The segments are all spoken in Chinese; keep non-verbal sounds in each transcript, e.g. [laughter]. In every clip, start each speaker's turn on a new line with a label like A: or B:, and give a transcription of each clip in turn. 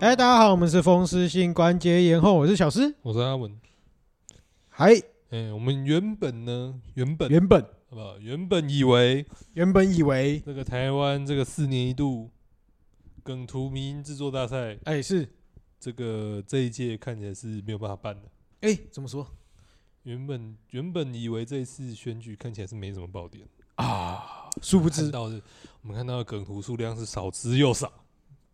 A: 哎，大家好，我们是风湿性关节炎后，我是小诗。
B: 我是阿文。
A: 嗨，
B: 哎、我们原本呢，原本
A: 原本
B: 好不好原本以为
A: 原本以为，
B: 这个台湾这个四年一度梗图迷音制作大赛，
A: 哎是，
B: 这个这一届看起来是没有办法办的。
A: 哎怎么说
B: 原本原本以为这一次选举看起来是没什么爆点，
A: 啊？殊不
B: 看
A: 知，
B: 到的我们看到的梗图数量是少之又少。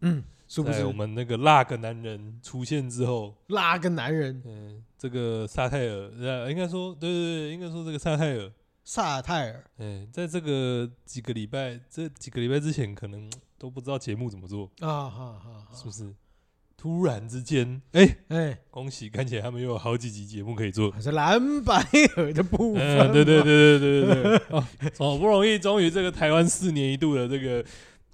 A: 嗯，殊不
B: 在
A: 知
B: 我们那个那个男人出现之后，
A: 拉个男人
B: 嗯、这个沙泰尔，呃，应该说，对对对，应该说这个沙泰尔，
A: 萨泰尔，
B: 哎，在这个几个礼拜，这几个礼拜之前，可能都不知道节目怎么做，
A: 啊哈哈，
B: 是不是？突然之间，哎、
A: 哎，
B: 恭喜，看起来他们又有好几集节目可以做。
A: 还是蓝白耳的部分嘛、
B: 嗯，对对对对对对对，哦，好不容易，终于这个台湾四年一度的这个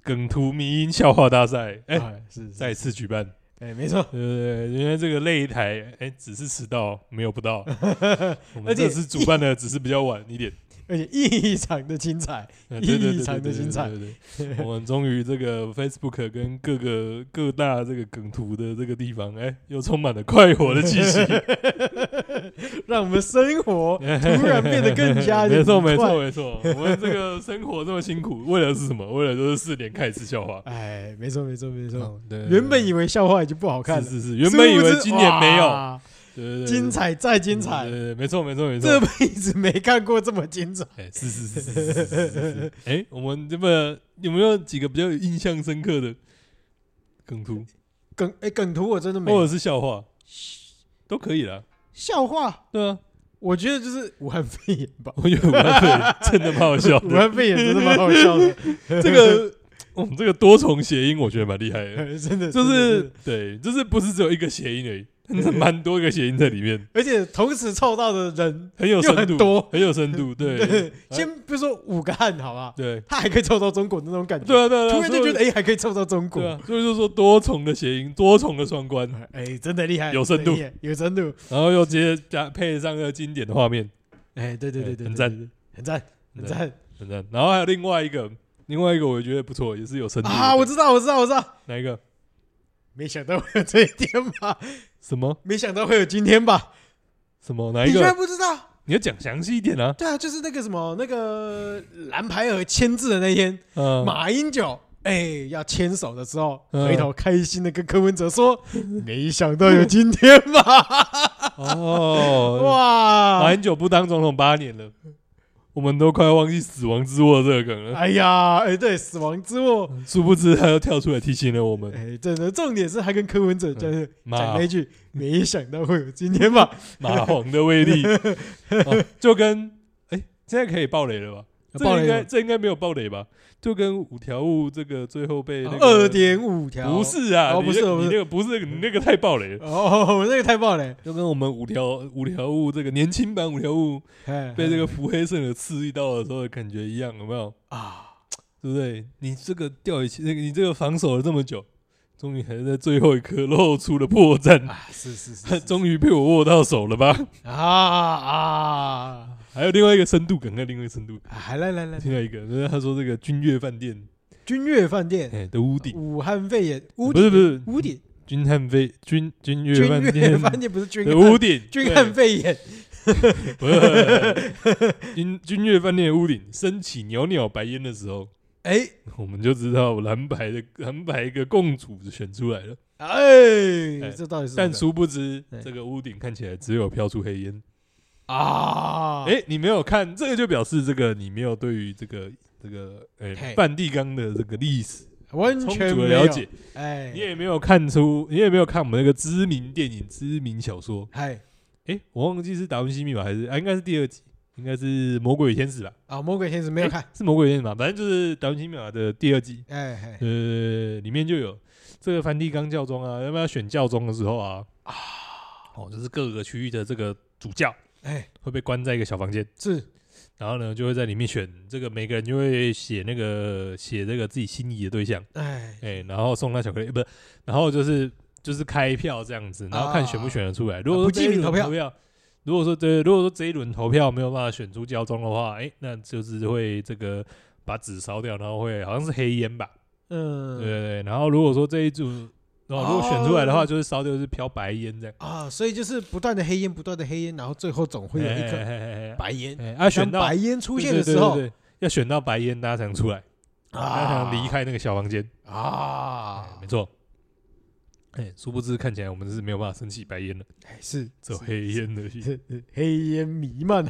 B: 梗图迷音笑话大赛，哎、
A: 哎是是，
B: 再次举办。
A: 哎没错， [laughs]
B: 对对对，因为这个擂台，哎、只是迟到，没有不到。
A: [laughs]
B: 我
A: 而
B: 们
A: 且
B: 这次主办的只是比较晚一点。
A: 而且异常的精彩，
B: 呃对对
A: 异
B: 对
A: 常
B: 对
A: 的精
B: 对对
A: 彩
B: 对对对我们终于这个 Facebook 跟各个各大这个梗图的这个地方，哎，又充满了快活的气息，
A: [laughs]
B: 哎
A: 让我们生活突然变得更加的
B: [laughs] 没错
A: 愉
B: 没
A: 快
B: 错没错。我们这个生活这么辛苦，为了是什么？为了就是四点看一次笑
A: [laughs]
B: 话。
A: 哎没错没错没错，
B: 嗯对，对
A: 原
B: 对
A: 本以为笑话已经不好看了，
B: 是是是，原本以
A: 殊不
B: 为
A: 知
B: 今年没有，
A: 哇
B: 对对对，
A: 精彩再精
B: 对
A: 彩，
B: 对，对没错没错没错
A: 这。辈子没看过这么精彩。
B: 哎，是是是是是是是是。哎，我们这么有没有几个比较有印象深刻的梗图，
A: 梗哎、梗图我真的没
B: 或者
A: 有
B: 是笑话，都可以啦。
A: 笑话，
B: 对啊，，
A: 我觉得就是武汉肺炎吧
B: 我觉得武汉肺炎真的蛮好笑
A: [laughs] 武
B: 的。
A: 汉肺炎真的蛮好笑
B: [laughs]
A: 的，
B: 这个，我们这个多重谐音，我觉得蛮厉害
A: [laughs]
B: 的。
A: 真的
B: 就是对，就是不是只有一个谐音而已，真的蛮多个谐音在
A: [laughs]
B: 里面，
A: 而且同时凑到的人，
B: 很有深
A: 又
B: 度，
A: 很多
B: 很有深
A: [laughs]
B: 度。对，哎
A: 先不说五个汉好吧，
B: 对，
A: 他还可以凑到中国那种感觉，
B: 对啊，对啊，
A: 突然就觉得
B: 哎，
A: 哎、还可以凑到中
B: 对
A: 国，
B: 啊，所以就说多重的谐音，多重的双关，
A: 哎、真的厉害，
B: 有深
A: 真
B: 度
A: 的厉害，有深度，
B: 然后又直接加配上那个经典的画面，
A: 哎、对对对
B: 哎
A: 对，
B: 很
A: 对，
B: 赞，
A: 很赞，很
B: 赞
A: 赞
B: 很赞。然后还有另外一个，另外一个我觉得不错，也是有深度的
A: 啊！我知道，我知道，我知道，
B: 哪一个？
A: 没想到会有这一天吧，
B: 什么
A: 没想到会有今天吧，
B: 什么哪
A: 你
B: 一
A: 居然
B: 个？
A: 不知道？
B: 你要讲详细一点啊。
A: 对啊，就是那个什么那个蓝牌尔签字的那天，
B: 嗯，
A: 马英九哎、要牵手的时候，
B: 嗯
A: 回头开心的跟柯文哲说：“没想到有今天吧
B: [laughs] 哦！”，马
A: 哇，
B: 英九不当总统八年了，我们都快忘记死亡之握这个梗
A: [laughs]
B: 了。
A: 哎呀，哎、对，死亡之握。
B: 殊不知他又跳出来提醒了我们，
A: 哎，真的，重点是他跟柯文哲就是
B: 嗯马
A: 讲那句“没想到会有今天吧
B: 蚂蟥的
A: [laughs]
B: 威力，哦就跟哎、现在可以爆雷了吧？
A: 要
B: 这
A: 爆雷
B: 应
A: 了
B: 该这应该没有爆雷吧？就跟五条悟这个最后”，被那个
A: 哦二点五条
B: 不是啊，
A: 哦
B: 你
A: 不是
B: 那
A: 不是嗯
B: 你那个不是你那个太爆雷了。
A: 哦，那个太棒了，
B: 就跟我们五条五条悟这个年轻版五条悟
A: 哎，
B: 被这个伏黑圣者刺一刀的时候的感觉一样，有没有？
A: 啊，
B: 对不对？你这个掉以轻，那个你这个防守了这么久，终于还在最后一刻露出了破绽， [laughs]
A: 啊是是是是
B: 终于被我握到手了吧？ [laughs]
A: 啊啊，
B: 还有另外一个深度梗，还有另外一个深度梗，
A: 还来来来，
B: 另外一个，就是他说这个君悦饭店
A: 君悦饭店
B: 哎的屋顶，
A: 武汉肺炎屋
B: 不是不是
A: 屋顶
B: 君汉飞君君悦
A: 君
B: 饭
A: 悦
B: 店
A: 饭店不是君
B: 的
A: 汉
B: 屋顶，
A: 君汉肺炎
B: 对不是君君悦饭店的屋顶升起袅袅白烟的时候，
A: 哎
B: 我们就知道蓝白的蓝白一个共主就选出来了，
A: 哎
B: 哎
A: 这到底是
B: 但
A: 什么
B: 殊不知
A: 对
B: 这个屋顶看起来只有飘出黑烟。
A: 啊
B: 哎，你没有看，这个就表示这个你没有对于这个这个哎
A: 嘿
B: 梵蒂冈的这个历史
A: 完
B: 充
A: 全
B: 足
A: 没
B: 的
A: 有
B: 了解，
A: 哎
B: 你也没有看出，你也没有看我们那个知名电影、知名小说。
A: 嗨
B: 哎，我忘记是《达文西密码》还是啊，应该是第二集，应该是《魔鬼与天使》吧？
A: 啊魔鬼天使没有
B: 诶
A: 看
B: 是《魔鬼与天使》吧？反正就是《达文西密码》的第二季。
A: 哎哎
B: 呃，里面就有这个梵蒂冈教宗啊，要不要选教宗的时候啊，啊，哦，就是各个区域的这个主教
A: 哎
B: 会被关在一个小房间，
A: 是
B: 然后呢就会在里面选这个每个人就会写那个写这个自己心仪的对象，
A: 哎
B: 哎、然后送他巧克力，不是，然后就是就是开票这样子，然后看选不选得出来。如果
A: 啊
B: 说
A: 不记名
B: 这一轮
A: 投票
B: 投票。如果说对，如果说这一轮投票没有办法选出教宗的话，哎、那就是会这个把纸烧掉，然后会好像是黑烟吧，
A: 嗯
B: 对对对，然后如果说这一组然后如果选出来的
A: 哦
B: 话，就是烧掉是飘白烟这样，
A: 啊，所以就是不断的黑烟，不断的黑烟，然后最后总会有
B: 哎
A: 一颗
B: 个
A: 白烟。
B: 白，啊，选
A: 当
B: 到
A: 白烟出现的时候
B: 对对对对对要选到白烟，大家才能出来，大家才
A: 啊，
B: 能离开那个小房间。哎
A: 啊
B: 没，错。哎，殊不知看起来我们是没有办法升起白烟的，
A: 哎是
B: 只有
A: 是
B: 黑烟而已。
A: 是是 [laughs] 黑烟弥漫，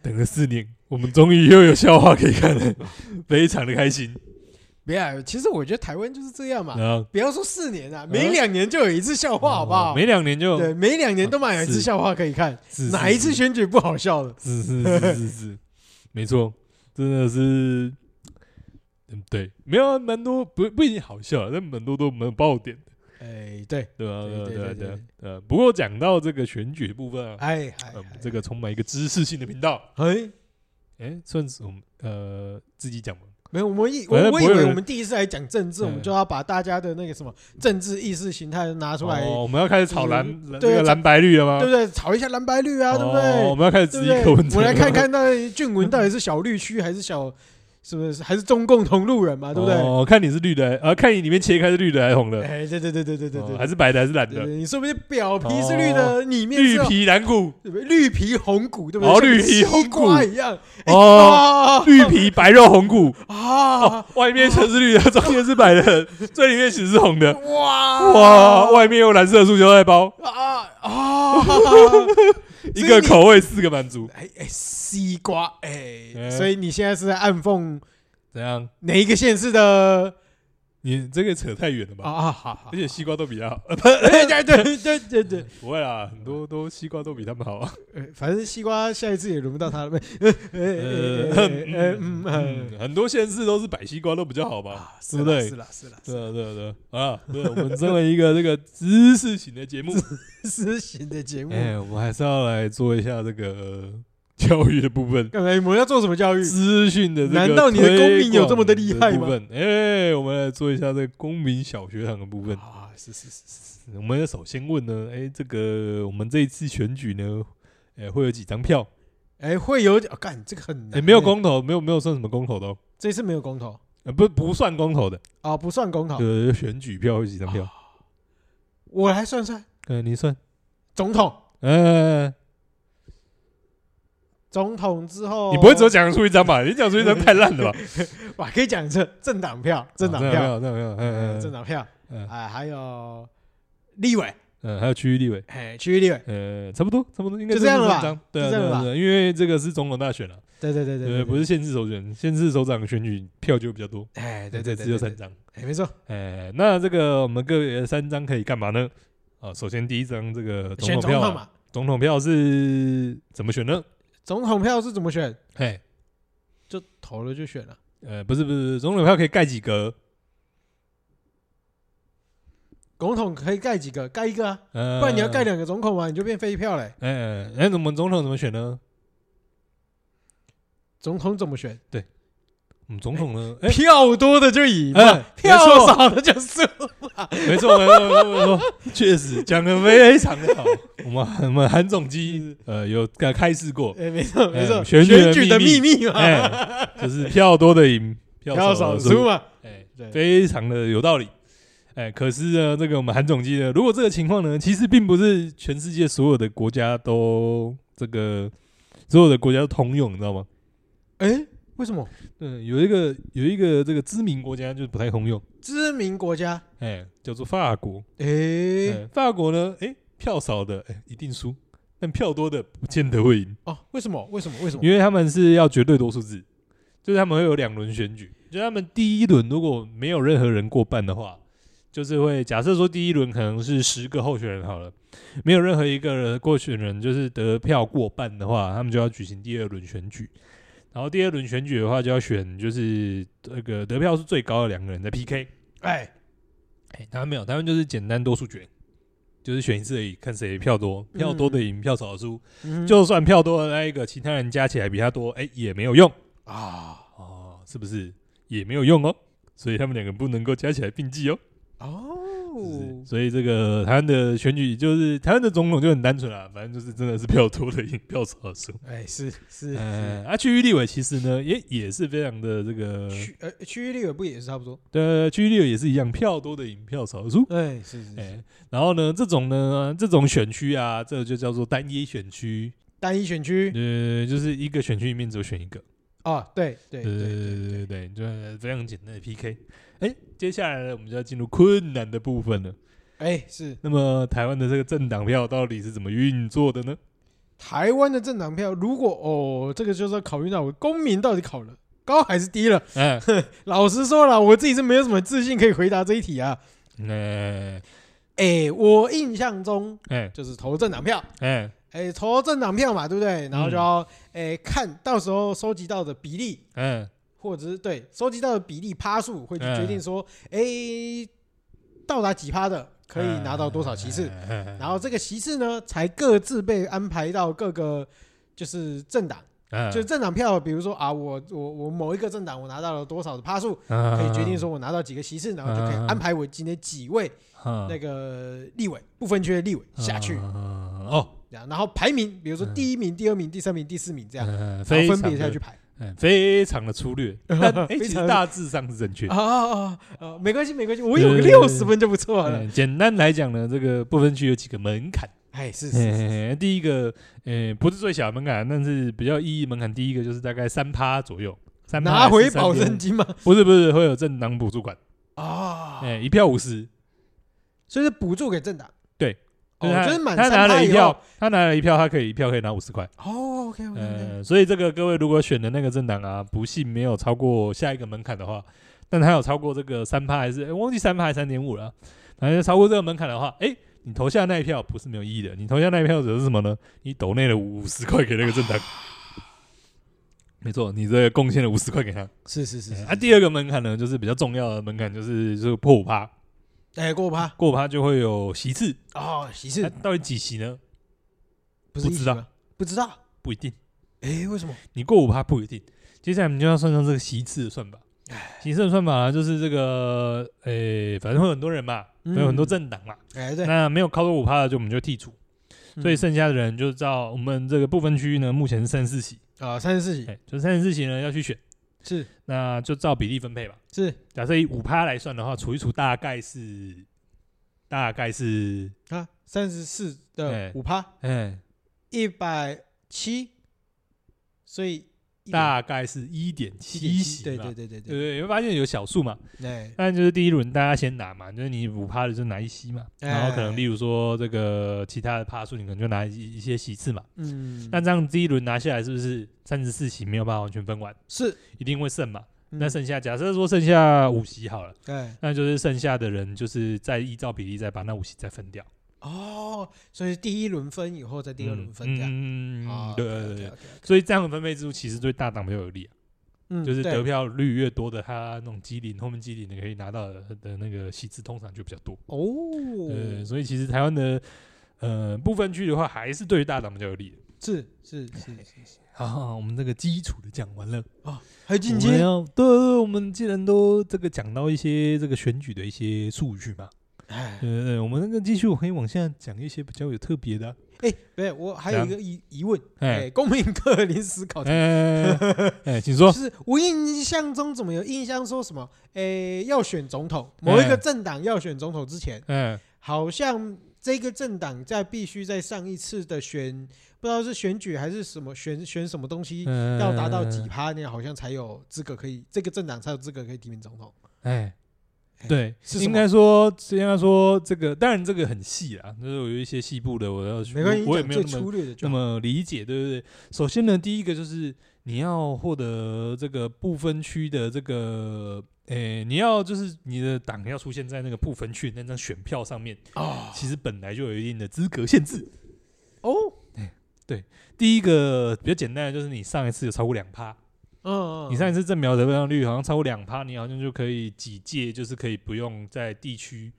B: 等了四年，我们终于又有笑话可以看了， [laughs] 非常的开心。
A: 没有，其实我觉得台湾就是这样嘛，
B: 然后哦
A: 不要说四年啊，每两年就有一次笑话，啊好不好？
B: 嗯没两年就
A: 对，每两年都蛮有一次
B: 是
A: 笑话可以看，
B: 是
A: 哪一次？
B: 是
A: 选举不好笑的？
B: 是是是是是，没错，真的是，嗯，对，没有啊蛮多不不一定好笑啊，但蛮多都蛮有爆点的，
A: 哎，对，
B: 对吧？
A: 对
B: 对吧
A: 对
B: 啊对
A: 对
B: 吧对吧，不过讲到这个选举的部分啊，
A: 哎哎
B: 呃我们这个充满一个知识性的频道，
A: 哎，
B: 哎，算是我们呃自己讲吗？
A: 没有，我们以
B: 反
A: 我
B: 正
A: 我
B: 不
A: 以
B: 会有
A: 为
B: 人
A: 我们第一次来讲政治，
B: 嗯
A: 我们就要把大家的那个什么政治意识形态拿出来，
B: 哦，我们要开始炒
A: 嗯
B: 蓝蓝
A: 对
B: 那个
A: 炒
B: 蓝白绿了吗？
A: 对不对？炒一下蓝白绿啊，对不
B: 哦
A: 对？
B: 我们要开始
A: 对不
B: 质疑柯文
A: 对？
B: 哲，
A: 我来看看到底俊文到底是小绿区还是小是不是还是中共同路人嘛，对不对？
B: 哦，看你是绿的还，啊，看你里面切开是绿的还是红的，
A: 哎，对对对对对对
B: 哦
A: 对，
B: 还是白的还是蓝
A: 对
B: 的？
A: 对，你说不定表皮是绿的，里面
B: 绿
A: 是
B: 皮蓝骨，
A: 对不对绿皮红骨，对不对？
B: 哦
A: 像
B: 绿皮红骨
A: 西瓜一样。哎
B: 哦，
A: 啊
B: 绿皮白肉红骨，
A: 啊！
B: 外面全是绿的，中间是白的，
A: [laughs]
B: 最里面其实是红的。
A: 哇
B: 哇，外面有蓝色的塑胶袋包，
A: 啊啊！
B: 一个口味四个满足，
A: 哎哎，西瓜哎，
B: 哎
A: 所以你现在是在暗讽
B: 怎样？
A: 哪一个县市的
B: 你这个扯太远了吧？
A: 啊啊？好好，
B: 而且西瓜都比他好，呃
A: 对对对对对对，
B: 不会啦，很多都西瓜都比他
A: [laughs]
B: 们好啊。
A: 呃反正西瓜下一次也轮不到他了呗。呃
B: 呃，
A: 呃呃呃
B: 嗯
A: 嗯呃
B: 嗯，很多县市都是摆西瓜都比较好吧？
A: 啊，
B: 对不对
A: 是啦是啦是啦
B: 对啊对啊对啊啊！对，我们身为一个这个知识型的
A: [laughs]
B: 节目，
A: 是新的节目。
B: 哎，我们还是要来做一下这个呃教育的部分，
A: 干嘛？我们要做什么教育？
B: 资讯的这个
A: 难道你的
B: 推
A: 公民有这么的
B: 广
A: 厉害吗
B: 部分哎，我们来做一下这个公民小学堂的部分。
A: 啊，是是是是，
B: 我们首先问呢，哎，这个我们这一次选举呢，哎，会有几张票？
A: 哎，会有点，啊干这个很
B: 哎，
A: 难，
B: 没有，公投，没有没有算什么公投的哦，
A: 这次没有公投
B: 呃，不不算公投的，
A: 啊，不算公投，
B: 呃，选举票会几张票？
A: 我来算啊哎算，
B: 嗯，你算，
A: 总统，
B: 呃，
A: 总统之后，
B: 你不会只有讲出一张吧？你讲出一张太烂了吧？
A: [laughs] 哇，可以讲这政党票，政党票，
B: 啊票，政党票，
A: 呃
B: 嗯
A: 政
B: 嗯
A: 党票，
B: 嗯
A: 哎，还有立委，
B: 嗯，还有区域立委，
A: 哎，区域立委，
B: 呃，差不多，差不多，应该
A: 就这样了吧
B: 三张？对啊，
A: 就这
B: 对
A: 样了
B: 啊
A: 吧
B: 对啊因为这个是总统大选了，
A: 对对对
B: 对不对，
A: 对，
B: 不是，县市首选，县市首长选举票就比较多，
A: 哎，对对对，
B: 这次
A: 对
B: 就嗯三，张。
A: 对哎，没错，
B: 哎，那这个我们各别的三张可以干嘛呢？啊，首先第一张这个总
A: 选
B: 统
A: 总
B: 票
A: 统
B: 啊，
A: 嘛，
B: 总统票是怎么选呢？
A: 总统票是怎么选？
B: 哎，
A: 就投了就选了，
B: 呃，不是不是，不是总统票可以盖几格？
A: 总统可以盖几个？盖一个啊，
B: 呃，
A: 不然你要盖两个总统嘛，你就变废票嘞。
B: 哎。哎，那我们总统怎么选呢？
A: 总统怎么选？
B: 我们总统呢？哎，
A: 票多的就赢嘛，
B: 哎
A: 票
B: 没错
A: 少的就输。
B: 没错，没错，没错没错，哦 [laughs] 确实讲的非常的好。 [laughs] 我们我们韩总机呃有开开示过，
A: 哎，没错没错，
B: 哎选举的
A: 选举的
B: 秘
A: 秘密嘛，
B: 哎，就是票多的赢，
A: 票
B: 票少
A: 少
B: 的
A: 输
B: 输，
A: 嘛。
B: 哎，
A: 对，
B: 非常的有道理。哎，可是呢，这个我们韩总机呢，如果这个情况呢，其实并不是全世界所有的国家都这个所有的国家都通用，你知道吗？
A: 哎，为什么
B: 嗯，有一个有一个这个知名国家就是不太通用，
A: 知名国家？
B: 哎，叫做法国。
A: 哎，
B: 哎法国呢，哎，票少的哎一定输，但票多的不见得会赢。
A: 哦，为什么？为什么？为什么？
B: 因为他们是要绝对多数制，就是他们会有两轮选举，就是他们第一轮如果没有任何人过半的话，就是会假设说第一轮可能是十个候选人好了，没有任何一个人候选人就是得票过半的话，他们就要举行第二轮选举。然后第二轮选举的话，就要选就是那个得票数最高的两个人在 PK。
A: 哎，
B: 哎，他们没有，他们就是简单多数决，就是选一次而已，看谁票多，票多的赢，票少的输。
A: 嗯
B: 就算票多的那一个，其他人加起来比他多，哎、也没有用
A: 啊，
B: 哦，是不是？也没有用哦，所以他们两个不能够加起来并计哦。
A: 哦，
B: 是
A: 哦，
B: 所以这个台湾的选举就是台湾的总统就很单纯啦，反正就是真的是票多的赢，票少的输。
A: 哎，是是，
B: 呃，啊，区域立委其实呢也也是非常的这个，
A: 区呃区域立委不也是差不多？
B: 呃，区域立委也是一样，票多的赢，票少的输。
A: 哎，是是
B: 哎、
A: 是，
B: [laughs] 然后呢，这种呢，这种选区啊，这就叫做单一选区，
A: 单一选区
B: 呃，就是一个选区里面只有选一个，
A: 啊，对对
B: 对
A: 对
B: 对
A: 对
B: 对对对，就是非常简单的 PK。哎、接下来呢，我们就要进入困难的部分了。
A: 哎，是
B: 那么台湾的这个政党票到底是怎么运作的呢？
A: 台湾的政党票，如果哦，这个就是要考虑到我公民到底考了高还是低了。
B: 啊，
A: 老实说了，我自己是没有什么自信可以回答这一题啊。
B: 哎
A: 哎，我印象中
B: 哎
A: 就是投政党票，
B: 哎，
A: 哎，投政党票嘛，对不对？然后就
B: 嗯
A: 要哎看到时候收集到的比例，
B: 嗯
A: 或者是对收集到的比例趴数，会去决定说，哎、到达几趴的 [laughs] 可以拿到多少席
B: 嗯
A: 次，
B: 哎
A: 然后这个席次呢，才各自被安排到各个就是政党，
B: 嗯
A: 就是政党票，比如说啊，我我我某一个政党我拿到了多少的趴数，可
B: 可
A: 以决定说我拿到几个席次，然后就可
B: 嗯
A: 以安排我今天几位
B: 啊
A: 那个立委不分区的立委下去，
B: 哦，
A: 这样然后排名，比如说第一名、第二名、第三名、第四名这样，
B: 样
A: 然
B: 嗯哎非
A: 后
B: 常
A: 分别下去
B: 的， [laughs]
A: 排。
B: 哎非常的粗
A: [laughs]
B: 略，但哎，其
A: 非
B: 实
A: 常
B: 大致上是正确。
A: 啊啊啊啊！没关系，没关系，我有个
B: 对对对
A: 六十分就不错了。
B: 嗯 [laughs] 简单来讲呢，这个不分区有几个门槛。
A: 哎，是是是，
B: 哎第一个，呃，不是最小的门槛，但是比较意义门槛。第一个就是大概三趴左右，三趴
A: 拿
B: 还
A: 回
B: 是
A: 保证
B: 3.5，
A: 金嘛。
B: 不是不是，会有政党补助款，
A: 啊，
B: 哎，一票五十，
A: 所以是补助给政党。
B: 对，
A: 哦，
B: 他
A: 就是满
B: 他
A: 三
B: 拿了
A: 趴以
B: 一
A: 后。
B: 票，他拿了一票，他可以一票可以拿五十块。
A: 哦，OK OK OK，
B: 呃，所以这个各位如果选的那个政党啊，不幸没有超过下一个门槛的话，但它有超过这个三趴还是、诶忘记三趴还是三点五了，反正超过这个门槛的话，哎、你投下那一票不是没有意义的，你投下那一票指的是什么呢？你抖内了五十块给那个政
A: [laughs]
B: 党。没错，你这个贡献了五十块给他。
A: 是是 [laughs] 是是
B: 啊，。第二个门槛呢，就是比较重要的门槛，就是就是破五趴，
A: 哎，过趴
B: 过五趴就会有席次。
A: 哦，喜
B: 那、
A: 事
B: 到底几席呢？
A: 不是
B: 哎不
A: 一
B: 知
A: 起
B: 道
A: 吗，不知道。
B: 不一定。
A: 哎，为什么？
B: 你过五趴不一定。接下来我们就要算上这个席次的算法。席次的算法啊就是这个，诶、反正会有很多人嘛，
A: 嗯
B: 会有很多政党嘛。
A: 哎，对，
B: 那没有超过五趴的，就我们就剔除。
A: 嗯
B: 所以剩下的人就照我们这个部分区域呢，目前是三十四席，
A: 啊，三十四
B: 哎、
A: 席
B: 就三十四席呢要去选，
A: 是
B: 那就照比例分配吧。
A: 是
B: 假设以五趴来算的话，除一除大概是，大概是，
A: 啊，三十四的
B: 哎
A: 五趴，
B: 哎、
A: 一百七，所以
B: 大概是一点七
A: 七
B: 席
A: 对
B: 嘛。
A: 对对对
B: 对
A: 对，
B: 对，你会发现有小数嘛，
A: 哎
B: 但就是第一轮大家先拿嘛，就是你五趴的就拿一席嘛，
A: 哎
B: 然后可能例如说这个其他的趴数，你可能就拿一一些席次嘛。
A: 嗯，
B: 那这样第一轮拿下来，是不是三十四席没有办法完全分完，
A: 是
B: 一定会剩嘛？
A: 嗯
B: 那剩下假设说剩下五席好了，
A: 哎
B: 那就是剩下的人就是再依照比例再把那五席再分掉，
A: 哦，所以第一轮分以后，再第二轮分这样。
B: 嗯，嗯
A: 啊，
B: 对对对对。
A: OK，OK，OK，
B: 所以这样的分配制度其实对大党比较有利、啊，
A: 嗯
B: 就是
A: 对
B: 得票率越多的，他那种机灵后面机灵的可以拿到的的那个席次通常就比较多。
A: 哦，
B: 呃，所以其实台湾的呃部分区的话，还是对于大党比较有利的。
A: 是是是是是，
B: 好好，啊好我们这个基础的讲完了，
A: 还有进
B: 我们
A: 阶
B: 要对对对，我们既然都这个讲到一些这个选举的一些数据嘛，
A: 哎
B: 对对对，我们那个继续可以往下讲一些比较有特别的啊、
A: 哎，对我还有一个疑疑问，哎，
B: 哎
A: 公民课临时考题，
B: 哎哎哎，请
A: 就
B: 说。
A: 是我印象中怎么有印象说什么，哎，要选总统，某一个
B: 哎
A: 政党要选总统之前，
B: 嗯，
A: 好像这个政党在必须在上一次的选，不知道是选举还是什么选选什么东西。要达到几
B: 嗯？
A: 趴那样好像才有资格可以，这个政党才有资格可以提名总统。
B: 哎
A: 哎，
B: 对，
A: 是什
B: 应
A: 么
B: 该说，应该说这个，当然这个很细啊，就是我有一些细部的，我要
A: 没关系，
B: 我我也
A: 讲
B: 没
A: 最
B: 有那么
A: 粗略的就
B: 那
A: 好。
B: 么理解，对不对？首先呢，第一个就是你要获得这个部分区的这个，诶、你要就是你的党要出现在那个部分区的那张选票上面，
A: 哦
B: 其实本来就有一定的资格限制。
A: 哦，
B: 第一个比较简单的就是你上一次有超过两趴，
A: 嗯，嗯
B: 你上一次正苗得票率好像超过两趴，你好像就可以几届就是可以不用在地区，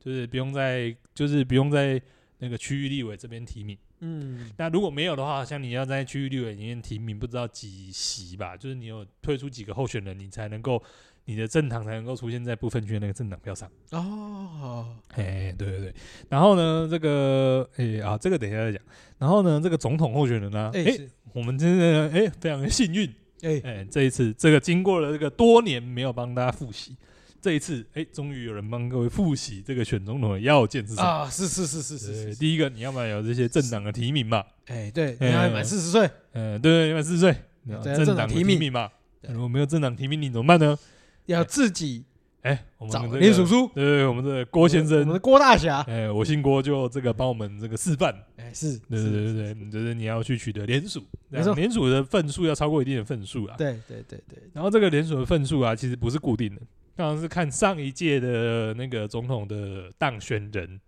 B: 就是不用在就是不用在那个区域立委这边提名。
A: 嗯嗯，
B: 那如果没有的话，像你要在区域立委里面提名，不知道几席吧，就是你有推出几个候选人，你才能够你的政党才能够出现在不分区的那个政党票上。
A: 哦，
B: 哎，对对对。然后呢，这个哎啊，这个等一下再讲。然后呢，这个总统候选人呢、
A: 哎、
B: 哎，
A: 是
B: 我们真的哎非常的幸运，
A: 哎、
B: 哎，这一次这个经过了这个多年没有帮大家复习，这一次哎，终于有人帮各位复习这个选总统的要件是什么。
A: 啊，是是是是是
B: 对
A: 是是，
B: 第一个，你要不然有这些政党的提名嘛？
A: 哎、对，
B: 哎
A: 你还满四十岁，
B: 嗯，对，因为四岁，啊
A: 对
B: 政党的提名嘛。
A: 对
B: 如果没有政党提名，你怎么办呢？
A: 要自己
B: 哎，我们
A: 找
B: 这个
A: 林叔，叔
B: 对对，我们的郭
A: 我
B: 先
A: 们
B: 生
A: 的，郭大侠，
B: 哎，我姓郭，就这个帮我们这个示范。
A: 哎、是，
B: 对
A: 是
B: 对对对对，就是你要去取得联署，啊
A: 没错
B: 联署的份数要超过一定的份数啊。
A: 对对对对，
B: 然后这个联署的份数啊，其实不是固定的，当然是看上一届的那个总统的当选人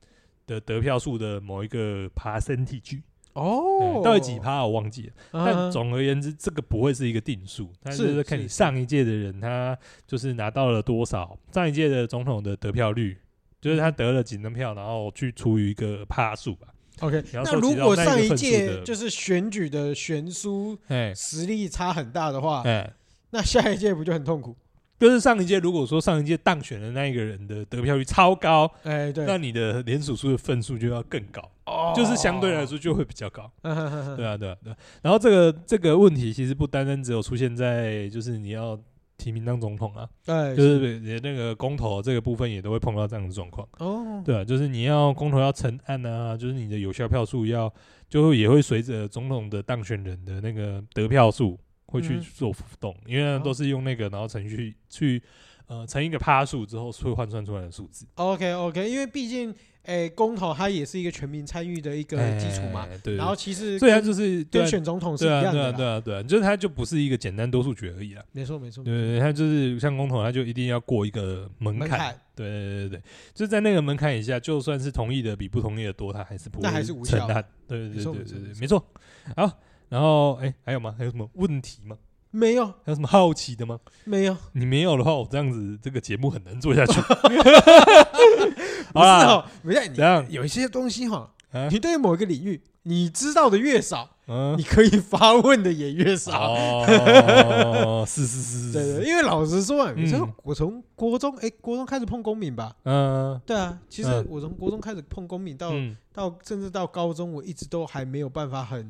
B: 的得票数的某一个 percentage，
A: 哦
B: 哎，到底几趴我忘记了。
A: 啊？
B: 但总而言之，这个不会是一个定数，但
A: 是
B: 是看你
A: 是
B: 上一届的人，他就是拿到了多少，上一届的总统的得票率，就是他得了几张票，然后去除以一个趴数吧。
A: OK，
B: 要
A: 那
B: 收集
A: 如
B: 到
A: 果
B: 那一个
A: 上一
B: 份数
A: 届
B: 的
A: 就是选举的悬殊
B: 哎
A: 实力差很大的话，
B: 哎，
A: 那下一届不就很痛苦？
B: 就是上一届，如果说上一届当选的那一个人的得票率超高，
A: 哎，对，
B: 那你的联署数的份数就要更高，
A: 哦
B: 就是相对
A: [laughs]
B: 来，说就会比较高。
A: 嗯哼哼哼
B: 对啊，对啊，对啊。然后这个这个问题其实不单单只有出现在就是你要提名当总统啊，
A: 哎，
B: 就是连那个公投这个部分也都会碰到这样的状况，
A: 哦，
B: 对啊，就是你要公投要成案啊，就是你的有效票数要，就会也会随着总统的当选人的那个得票数会去
A: 嗯哦
B: 做浮动，因为都是用那个然后程序去呃乘一个趴数之后会换算出来的数字
A: OK OK，因为毕竟诶，公投它也是一个全民参与的一个基础嘛。
B: 哎对，
A: 然后其实
B: 所以它
A: 跟
B: 就是对
A: 跟
B: 啊
A: 选总统是一
B: 对啊
A: 样
B: 对啊
A: 的啦，
B: 对啊对啊，就是它就不是一个简单多数决而已啦。
A: 没错没错，
B: 对对，对它就是像公投，它就一定要过一个门
A: 门
B: 槛，
A: 槛
B: 对对对对，就在那个门槛以下，就算是同意的比不同意的多，他还是不会
A: 那还是无
B: 承
A: 效
B: 担。对对
A: 没
B: 对
A: 错
B: 对
A: 没错
B: 对
A: 没
B: 对，没错。好，然后哎，还有吗？还有什么问题吗？
A: 没有
B: 还有什么好奇的吗？
A: 没有，
B: 你没有的话，我这样子这个节目很难做
A: [laughs]
B: 下去。
A: 不是
B: 好啦，
A: 哦，不是
B: 这样
A: 你有一些东西哈
B: 啊，
A: 你对某一个领域你知道的越少，
B: 嗯
A: 你，可以发问的也越少。
B: 哦，
A: [laughs]
B: 是是是是
A: 啊对对，
B: 是，
A: 因为老实说啊，你说
B: 嗯
A: 我从国中，哎，国中开始碰公民吧？
B: 嗯
A: 对啊，其实
B: 嗯
A: 我从国中开始碰公民，到
B: 嗯
A: 到甚至到高中，我一直都还没有办法很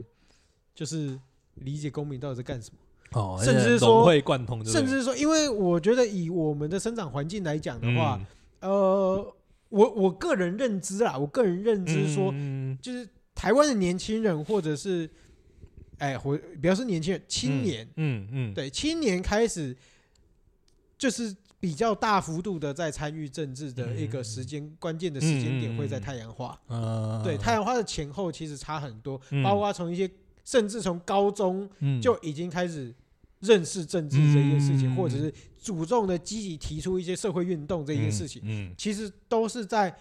A: 就是理解公民到底在干什么。
B: 哦，
A: 甚至说
B: 融会贯通就对了，
A: 甚至说，因为我觉得以我们的生长环境来讲的话，
B: 嗯
A: 呃，我我个人认知啦，我个人认知说，
B: 嗯
A: 就是台湾的年轻人或者是，哎，或不要说年轻人，青年，
B: 嗯嗯，
A: 对青年开始就是比较大幅度的在参与政治的一个时间、关键的时间点会在太阳花，
B: 嗯，
A: 对太阳花的前后其实差很多，
B: 嗯
A: 包括从一些甚至从高中
B: 嗯
A: 就已经开始认识政治这件事情，
B: 嗯
A: 或者是主动的积极提出一些社会运动这件事情，
B: 嗯，
A: 其实都是在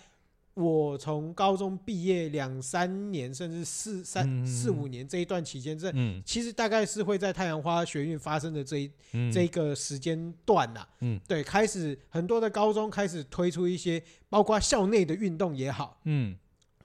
A: 我从高中毕业两三年，甚至四
B: 嗯
A: 三四五年这一段期间，这
B: 嗯
A: 其实大概是会在太阳花学运发生的这一
B: 嗯，
A: 这一个时间段呐、
B: 嗯
A: 对，开始很多的高中开始推出一些，包括校内的运动也好，
B: 嗯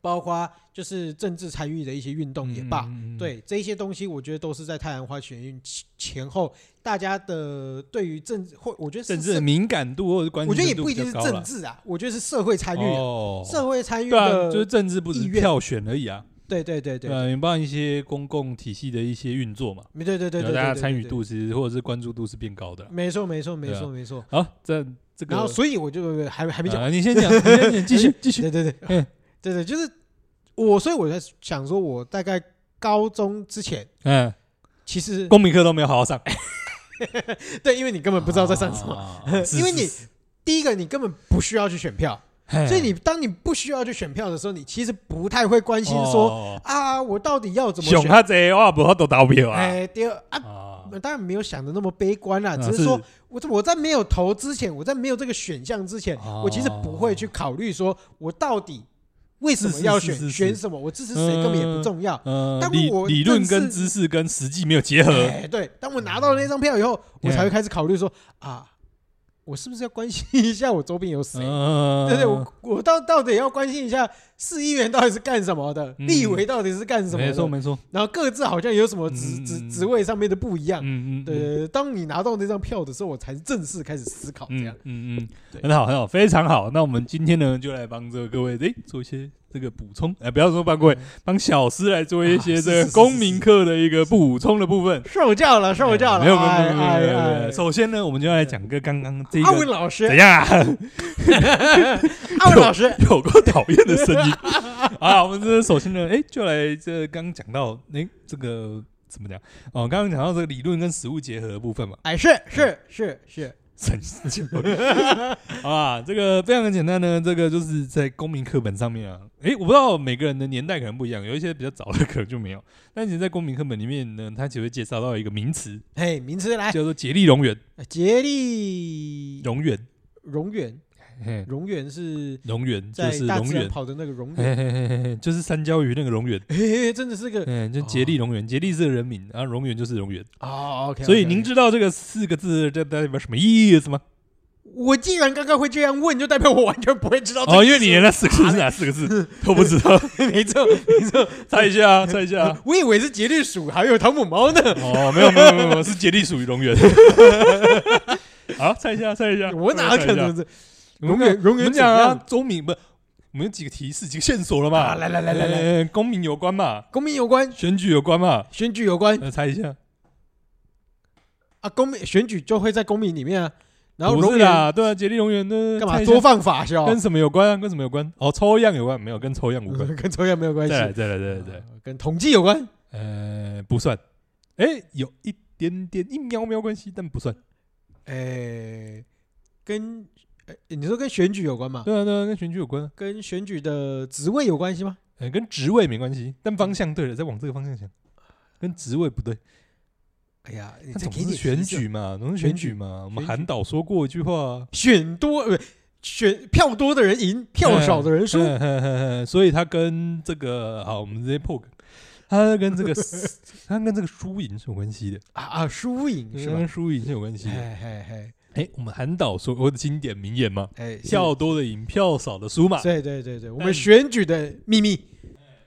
A: 包括就是政治参与的一些运动
B: 嗯
A: 也罢，，对这一些东西，我觉得都是在太阳花学运前前后，大家的对于政治或我觉得是
B: 政治
A: 社
B: 的，敏感度或者关
A: 我
B: 心
A: 觉得也
B: 程度
A: 不一
B: 比较
A: 定是
B: 高啦
A: 政治啊，我觉得是社会参与啊、
B: 哦，
A: 社会参与
B: 对啊，
A: 的，
B: 就是政治不只
A: 意
B: 是
A: 愿
B: 票选而已啊，
A: 对对对对
B: 对啊，也包含一些公共体系的一些运作嘛，
A: 对对对对
B: 然后
A: 对，
B: 大家
A: 对
B: 参与，
A: 对
B: 度其实或者是关注度是变高的
A: 对。没错没错没
B: 对啊
A: 错没错。
B: 好，这这个
A: 嗯然后，所以我就还还没哎讲完
B: 啊，你先讲，你先
A: [laughs]
B: 讲，继续继续，
A: 对对对
B: 嗯，
A: [laughs] 对对，就是我，所以我在想说，我大概高中之前，
B: 嗯，
A: 其实
B: 公民课都没有好好上，
A: 对，因为你根 [laughs] 本不知道在上什么。
B: 么
A: [laughs] 因为你第一个，你根本不需要去选票，所以
B: 你
A: 你当你不需要去选票的时候，你其实不太会关心说啊，我到底要怎么
B: 哦熊
A: 选？
B: 他这我不好都投票啊，
A: 哎，第二啊，
B: 啊，
A: 当然没有想的那么悲观啦，
B: 啊
A: 只是说我我在没有投之前，我在没有这个选项之前，
B: 哦
A: 哎我其实不会去考虑说我到底为什么
B: 是
A: 要
B: 是
A: 选
B: 是是
A: 选什么，我支持谁根本也不
B: 嗯
A: 重要。
B: 呃，
A: 但
B: 理
A: 我
B: 理论
A: 正式
B: 跟知识跟
A: 哎
B: 实际没有结合，嗯
A: 哎，对，当我拿到那张票以后，我才会开始考虑说啊，我是不是要关心一下我周边有谁？
B: 嗯
A: 对对，我我到到底要关心一下市议员到底是干什么的，
B: 嗯
A: 立委到底是干什么
B: 没错
A: 的，
B: 没错，
A: 然后各自好像有什么职
B: 嗯
A: 职
B: 嗯
A: 职位上面的不一样。
B: 嗯嗯，
A: 对对，对当你拿到那张票的时候，我才正式开始思考这
B: 嗯
A: 样。
B: 嗯嗯
A: 对
B: 嗯，很好很好，非常好。那我们今天呢，就来帮这个各位诶做一些这个补充，哎、不要说帮各位，帮小司来做一
A: 嗯啊
B: 些
A: 是
B: 这
A: 是
B: 个
A: 是
B: 公民课的一个补充的部分。
A: 受教了，受教了，
B: 没有没有没
A: 哎
B: 有没有没有没有没
A: 哎
B: 有。
A: 哎
B: 首先呢，我们就要来讲个刚刚这
A: 阿文
B: 个
A: 老师
B: 怎，样啊，
A: [laughs] 阿文老师，
B: [laughs] 有够讨厌的声音 [laughs] 啊！我们这首先呢，哎、就来这刚讲到哎、这个怎么讲哦？刚刚讲到这个理论跟实物结合的部分嘛，
A: 哎，是是是
B: 嗯
A: 是，
B: 神经 [laughs] 啊！这个非常的简单呢，这个就是在公民课本上面啊，诶，我不知道每个人的年代可能不一样，有一些比较早的可能就没有，但其实，在公民课本里面呢，它只会介绍到一个名
A: [laughs]
B: 词，
A: 嘿，名词来，呃
B: 叫做竭力容源，
A: 竭力 [laughs]
B: 容源，
A: 容源，
B: 嘿，
A: 容源是
B: 容源就
A: 在
B: 是
A: 大
B: 容
A: 自然
B: 源，
A: 跑的那个容源，
B: 嘿嘿嘿嘿嘿，就是三焦鱼那个容源，
A: 嘿嘿，嘿真的 [laughs] 是个
B: 嗯，就竭力容源，竭力是个人名，然后容源就是容源，
A: 哦，OK，
B: 所以您知道这个四个字这代表什么意思吗？
A: 我既然刚刚会这样问，就代表我完全不会知道这
B: 哦，
A: 个
B: 因为
A: 意
B: 你连那四个字是哪四个字都不知
A: [laughs]
B: 道，
A: 思
B: [laughs]
A: 没错没错，
B: 猜一下啊，猜一下啊。
A: 我以为是杰律鼠还有汤姆猫
B: [laughs]
A: 呢，
B: 哦，没有没有没有没有，是竭力属于龙源。 [laughs] 好，猜一下，猜一下，
A: 我哪可
B: 猜一
A: 能
B: 下？
A: 是
B: 啊我
A: 容
B: 们
A: 源容
B: 我
A: 源
B: 们
A: 怎
B: 讲啊
A: 样？，
B: 周敏不，我们有几个提示、几个线索了嘛？
A: 啊来来来来来
B: 呃，公民有关嘛，
A: 公民有关，
B: 选举有关嘛，
A: 选举有关
B: 呃，猜一下。
A: 啊，公民选举就会在公民里面啊，然后
B: 不
A: 容
B: 是
A: 源
B: 啦，对啊，竭力龙源呢？
A: 干嘛
B: 猜一下
A: 多放法销？
B: 跟什么有关啊？跟什么有关？哦，抽样有关，没有跟抽样无关。
A: [laughs] 跟抽象没有关系，
B: 再来，再来，再来，再来
A: 啊，跟统计有关，
B: 呃，不算。哎，有一点点一喵喵关系，但不算。
A: 啊诶，跟诶你说跟选举有关吗？
B: 对啊，对啊，跟选举有关啊。
A: 跟选举的职位有关系吗？
B: 呃，跟职位没关系，但方向对了，再往这个方向想，跟职位不对。
A: 哎呀，你
B: 那
A: 再
B: 总
A: 给
B: 是
A: 你
B: 选
A: 提示
B: 举嘛，总是
A: 选
B: 选举
A: 举
B: 嘛。我们
A: 选
B: 韩
A: 举
B: 导说过一句话啊，
A: 选多呃选票多的人赢，票少的人输。
B: 嗯哼哼哼 [laughs] 所以他跟这个好，我们直接破梗，他跟这个 [laughs] 他跟这个输赢是有关系的，
A: 啊啊，输赢是
B: 他
A: 吧
B: 跟？输赢是有关系的。
A: 嘿嘿嘿，
B: 哎，我们韩导说过的经典名言嘛，
A: 哎，
B: 票多的赢，票少的输嘛
A: 是，，对对对对，我们
B: 但
A: 选举的秘密，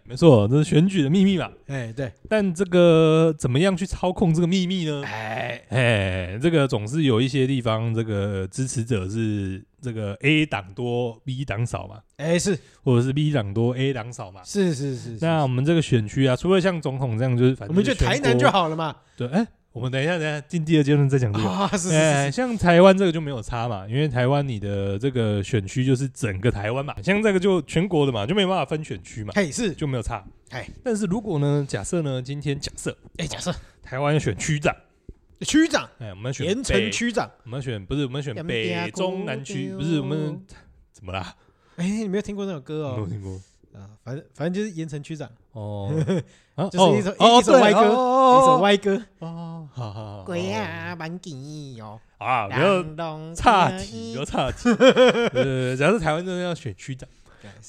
B: 没错，这是选举的秘密嘛。
A: 哎对，
B: 但这个怎么样去操控这个秘密呢？
A: 哎
B: 哎，这个总是有一些地方，这个支持者是这个 A 党多 B 党少嘛，
A: 哎是
B: 或者是 B 党多 A 党少嘛。
A: 是是是，是
B: 那我们这个选区啊，除了像总统这样，就是反正
A: 我们就
B: 全
A: 台南
B: 国
A: 就。好了嘛。
B: 对，哎，我们等一下，等一下进第二阶段再讲这个。
A: 啊，是是
B: 哎，
A: 是
B: 像台湾这个就没有差嘛，因为台湾你的这个选区就是整个台湾嘛，像这个就全国的嘛，就没办法分选区嘛
A: 是，，嘿是，
B: 就没有差。
A: 哎，
B: 但是如果呢，假设呢，今天假设
A: 哎假设
B: 台湾选区长，
A: 区长
B: 哎，我们选
A: 盐
B: 北
A: 城区长，
B: 我们选不是我们选
A: 盐啊
B: 北
A: 埕
B: 中
A: 区
B: 南区，
A: 对
B: 不是我
A: 哦 [laughs]
B: 们怎么啦？
A: 哎你没有听过那首歌
B: 没有
A: 哦？
B: 听过
A: 啊，反正反正就是盐城区长。 [laughs]
B: 哦，啊
A: 就是一首
B: 哦
A: 一首歪歌一首歪歌，
B: 哦，好好好，
A: 哦鬼
B: 哦
A: 啊，蛮劲哦，
B: 啊，不要
A: 要
B: 岔题，不哦要
A: [laughs]
B: 岔题。呃，假设台湾真的要选区长，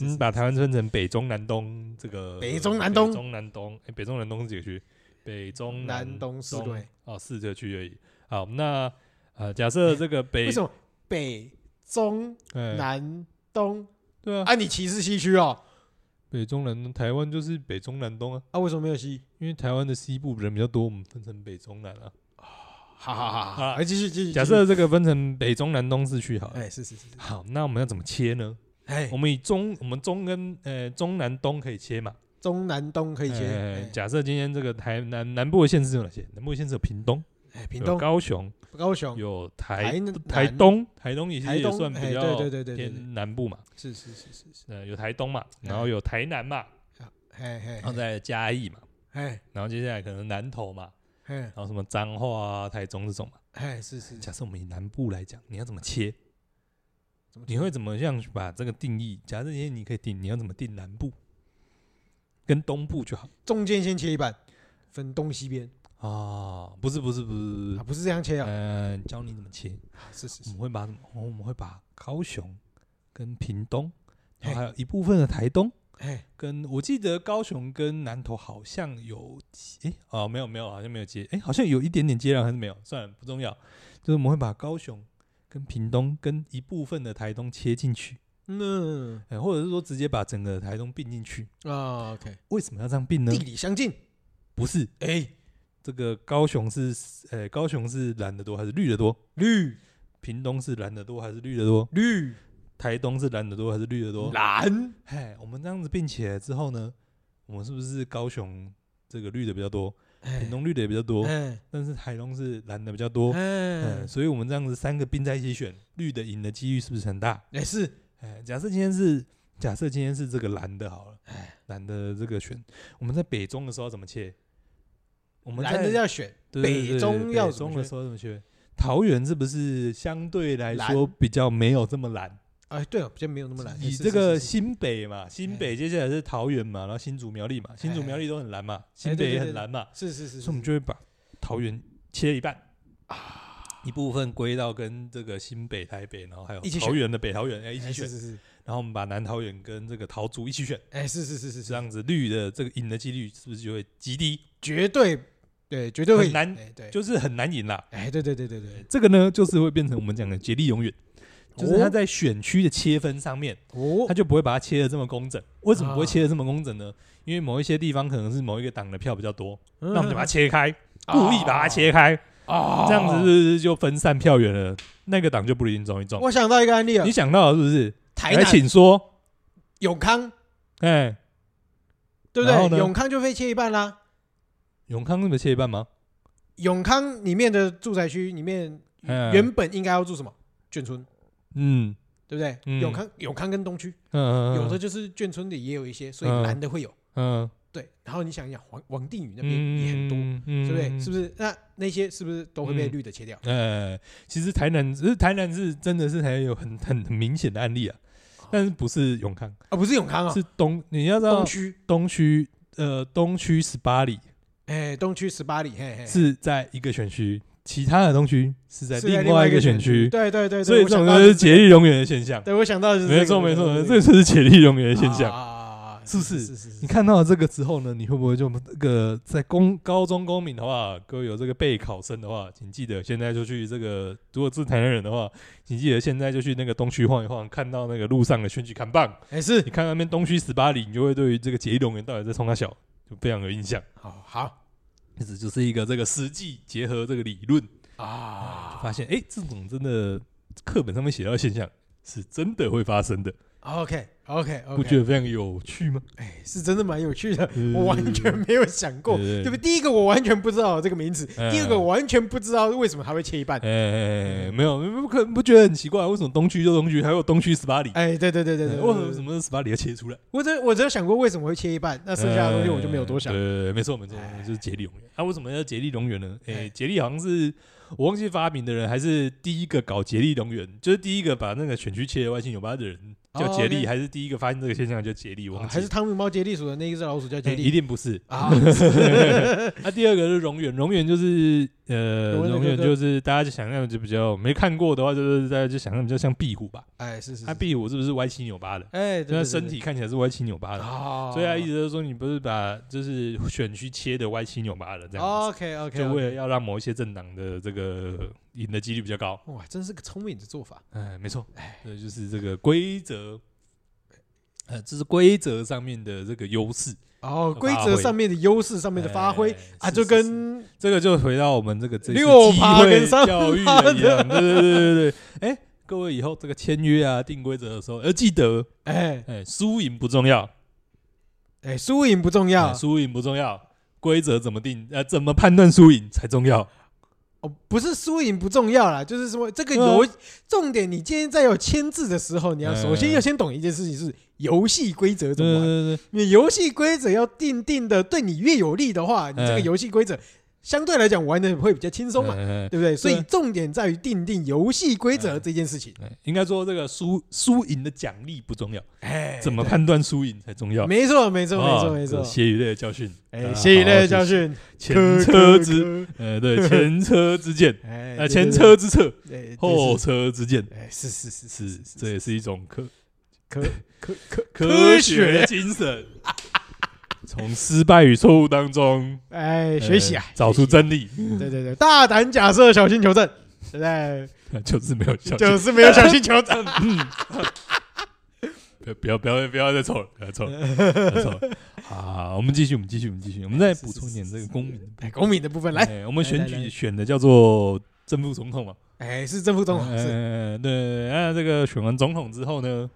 B: 嗯，把台湾分成北中南东这个
A: 北中南东
B: 北中南东，哎，北中南东是几个区？北中
A: 南东四队，
B: 哦，四个区而已。好，那呃，假设这个北
A: 哎为什么北中
B: 哎
A: 南东？
B: 对啊，
A: 啊，你歧视西区哦？
B: 北中南东，台湾就是北中南东啊。
A: 啊，为什么没有西？
B: 因为台湾的西部人比较多，我们分成北中南啊。
A: 好好好好，
B: 啊
A: 哎，继续继续。
B: 假
A: 继续，
B: 设这个分成北中南东四区好了，
A: 哎，是是是，是
B: 好，那我们要怎么切呢？
A: 哎
B: 我，们以中，我们中跟呃中南东可以切嘛？
A: 中南东可
B: 可
A: 以哎接，
B: 哎假设今天这个台南南部的县市有哪些？南部的县市有屏东、
A: 哎哎，屏
B: 有
A: 东、
B: 高雄、
A: 高雄，
B: 有
A: 台
B: 台
A: 南
B: 台东，台东也
A: 台
B: 是也
A: 东，
B: 算
A: 哎
B: 比
A: 对
B: 较
A: 对对对哎对对，
B: 偏南部嘛。
A: 是是是是是，
B: 呃，有台东嘛，然后有台南嘛，
A: 哎哎
B: 然后再嘉义嘛，
A: 哎
B: 然后接下来可能南投嘛，
A: 哎
B: 然后什么彰化啊、台中这种嘛。
A: 哎，是是，
B: 假设我们以南部来讲，你要怎么切？
A: 怎么
B: 你会怎么样去把这个定义？假设今天你可以定，你要怎么定南部跟东部就好
A: 中间先切一半，分东西边
B: 啊？不是不是不是
A: 啊，
B: 不是，
A: 不是这样切啊，
B: 嗯，教你怎么切。
A: 是是
B: 我
A: 是
B: 们，会把什么？哦我们会把高雄跟屏东，然后
A: 嘿
B: 还有一部分的台东。
A: 哎。
B: 跟我记得高雄跟南投好像有接，诶哦没有没有，好像没有接，诶好像有一点点接壤还是没有，算了不重要。就是我们会把高雄跟屏东跟一部分的台东切进去，
A: 嗯
B: 呃或者是说直接把整个台东并进去。
A: 啊，OK，
B: 为什么要这样并呢
A: 地？理相近，
B: 不是
A: 哎，
B: 这个高雄是呃高雄是蓝的多还是绿的多？
A: 绿
B: 屏东是蓝的多还是绿的多？
A: 绿
B: 台东是蓝的多还是绿的多？
A: 蓝，
B: 嘿，我们这样子并起来之后呢，我们是不是高雄这个绿的比较多，
A: 哎
B: 屏东绿的也比较多，
A: 哎
B: 但是台东是蓝的比较多？
A: 哎
B: 嗯，，所以我们这样子三个并在一起选，绿的赢的几率是不是很大？
A: 哎是，
B: 哎，假设今天是假设今天是这个蓝的好了，
A: 哎，
B: 蓝的这个选，我们在北中的时候要怎么切？我们
A: 蓝的
B: 在
A: 要选，
B: 对对对
A: 北中
B: 对
A: 要
B: 北
A: 怎么
B: 中的
A: 切
B: 时候怎么切？桃园是不是相对来
A: 蓝
B: 说比较没有这么蓝？
A: 哎，对哦，比较没有那么蓝，哎
B: 以
A: 是
B: 这
A: 是
B: 个
A: 是是哎
B: 新北嘛，新北接下来是桃园嘛，然后新竹苗栗嘛，新竹苗栗都很蓝嘛，
A: 哎
B: 新北也很蓝嘛，
A: 是是是，哎
B: 所以我们
A: 是
B: 就会把桃园切一半
A: 啊
B: 一部分归到跟这个新北、台北，然后还有
A: 一起选
B: 桃园的北桃园哎一
A: 哎
B: 起
A: 是，
B: 选
A: 是是，
B: 然后我们把南桃园跟这个桃竹一起选，
A: 哎是是是是
B: 这
A: 是，
B: 样子绿的这个赢的几率是不是就会极低？
A: 绝对对，绝对会
B: 很
A: 赢
B: 难
A: 哎对，
B: 就是很难赢啦。
A: 哎对对对对对，
B: 这个呢，就是会变成我们讲的竭力永远，就是它
A: 哦
B: 在选区的切分上面。
A: 哦
B: 他，就不会把它切的这么工整。为什么不会
A: 啊
B: 切的这么工整呢？因为某一些地方可能是某一个党的票比较多，那我们就把它
A: 嗯
B: 切开，故意把它切开，
A: 啊，
B: 这样子是不是就分散票源了？那个党就不一定中一中。
A: 我想到一个案例啊
B: 你，想到了是不是？
A: 台
B: 来，
A: 南
B: 请说。
A: 永康，
B: 哎，
A: 对不
B: 然后呢
A: 对？永康就被切一半啦。
B: 永康那么切一半吗？
A: 永康里面的住宅区里面，
B: 嗯
A: 原本应该要住什么眷村，
B: 嗯
A: 对不对？
B: 嗯
A: 永康永康跟东区，
B: 嗯嗯，嗯
A: 有的就是眷村里也有一些，所以
B: 嗯
A: 蓝的会有。
B: 嗯
A: 对，然后你想一想，王王定宇那边
B: 嗯
A: 也很多，对
B: 对
A: 不对？是不是？那那些是不是都会被
B: 嗯
A: 绿的切掉？
B: 呃，其实台南，只是台南是真的是还有很很很明显的案例啊，但是不是永康，
A: 啊，不是永康啊，
B: 嗯是东，你要知道
A: 东区，
B: 东区，呃，东区十八里
A: 哎，东区十八里，嘿嘿，
B: 是在一个选区，其他的东区是在
A: 是在
B: 另外一个选
A: 区。
B: 区，
A: 对对对，对
B: 所以
A: 我
B: 这种
A: 想到
B: 就
A: 的
B: 是
A: 是
B: 竭力永远的现象
A: 这个。。对，我想到的是这个
B: 没错没错，没错
A: 个
B: 这就是竭力永远的现象。
A: 啊，
B: 是不是
A: 是是是，
B: 你看到了这个之后呢，你会不会就那个呃在公高中公民的话，各位有这个备考生的话，请记得现在就去这个，如果是台南人的话，请记得现在就去那个东区晃一晃，看到那个路上的选举看棒，
A: 哎是
B: 你看那边东区十八里，你就会对于这个竭力永远到底在冲他小就非常有印象。
A: 好好
B: 这就是一个这个实际结合这个理论，
A: 啊，
B: 发现哎、诶这种真的课本上面写到的现象是真的会发生的，
A: OK OK OK，
B: 不觉得非常有趣吗？
A: 哎，是真的蛮有趣的，
B: 嗯
A: 我完全没有想过，
B: 对对对
A: 对不对？第一个我完全不知道这个名字，
B: 嗯
A: 第二个我完全不知道为什么它会切一半。
B: 哎、没有，不可不觉得很奇怪，为什么东区就东区，还有东区十八里？
A: 哎，对对对对对，
B: 为什么为什
A: 么？
B: 么十八里要切出来？
A: 我只我只有想过为什么会切一半，那剩下的东西我就没有多想
B: 呃。对对对，没错没错，
A: 哎
B: 就是竭力永远。啊，为什么要竭力永远呢？哎、
A: 哎
B: 竭力好像是我忘记发明的人，还是第一个搞竭力永远，就是第一个把那个选区切外星有巴的人叫
A: 哦
B: 竭力，
A: ，OK
B: 还是第一个发现这个现象叫竭力？我忘
A: 啊
B: 记
A: 还是
B: 了。
A: 汤姆猫接地鼠的那一只老鼠叫
B: 哎
A: 杰
B: 一
A: 利
B: 定不是， [laughs]
A: 啊？
B: 那、第二个是容远，容远就是呃，
A: 容远的
B: 容远
A: 哥哥
B: 就是大家就想象的就比较没看过的话，就是大家就想象比较像壁虎吧。
A: 哎，是是
B: 它、
A: 是，
B: 壁虎是不是歪七扭八的？
A: 哎，对
B: 就它
A: 对
B: 身体看起来是歪七扭八的，
A: 啊，
B: 所以他一直都说你不是把就是选区切的歪七扭八的这样子。
A: OK OK，
B: 就为了要让某一些政党的这个赢的几率比较高，
A: 哇，真是个聪明的做法。
B: 哎，没错
A: 哎，
B: 这就是这个规则，呃，这是规则上面的这个优势，
A: 哦，
B: 发
A: 规则
B: 挥
A: 上面的优势上面的发挥
B: 哎
A: 啊，
B: 是
A: 就是
B: 是
A: 跟
B: 这个就回到我们这个这次
A: 六
B: 机
A: 趴
B: 会
A: 跟三
B: 教育
A: 趴
B: 的一
A: 的 [laughs]
B: 样，对对对对对。哎，各位以后这个签约啊、定规则的时候，要记得，
A: 哎
B: 哎，输赢不重要，
A: 哎，输赢不重要
B: 哎输赢不重要，规则怎么定，呃，怎么判断输赢才重要。
A: 哦，不是输赢不重要啦，就是说这个
B: 对啊
A: 游、重点，你今天在有签字的时候，你要首先
B: 嗯
A: 要先懂一件事情是游戏规则怎
B: 对
A: 么
B: 对
A: 玩。
B: 对对，
A: 你游戏规则要定定的对你越有利的话，你这个
B: 嗯
A: 游戏规则相对来讲玩的会比较轻松嘛，
B: 哎哎
A: 对不对？所
B: 对
A: 以重点在于定定游戏规则这件事情。
B: 哎应该说这个输输赢的奖励不重要，
A: 哎，
B: 怎么
A: 对？
B: 判断输赢才重要。
A: 没错，没错，没
B: 哦
A: 错，没
B: 这
A: 错
B: 是。血与泪的教训，
A: 哎，谢以类的教训，
B: 前
A: 科
B: 车
A: 科
B: 之，
A: 科
B: 呃，对，前车之鉴，
A: 哎，
B: 呃，
A: 对
B: 前，车之策，
A: 对对对
B: 后
A: 对是
B: 车之鉴，
A: 哎，是是是
B: 是，这也是一种科
A: 科科科
B: [laughs] 科学
A: 学，
B: 精神，从失败与错误当中
A: 哎，
B: 呃
A: 学习啊，
B: 找出
A: 学习啊
B: 真理。 [laughs]
A: 对对对，大胆假设，小心求证，对不对？
B: 就是没有效，
A: 就是没有小心球场。
B: 不要不要不要不要再凑了，不要凑了，不要凑了。好，我们继续，我们继续，我们继续，我们再补充一点这个公民的部分。
A: [laughs] 哎，公民的部分来，
B: 哎，我们
A: 来
B: 选
A: 来
B: 举
A: 来
B: 选的叫做正副总统嘛。
A: 哎，是正副总统，是
B: 呃，对，那这个选完总统之后呢，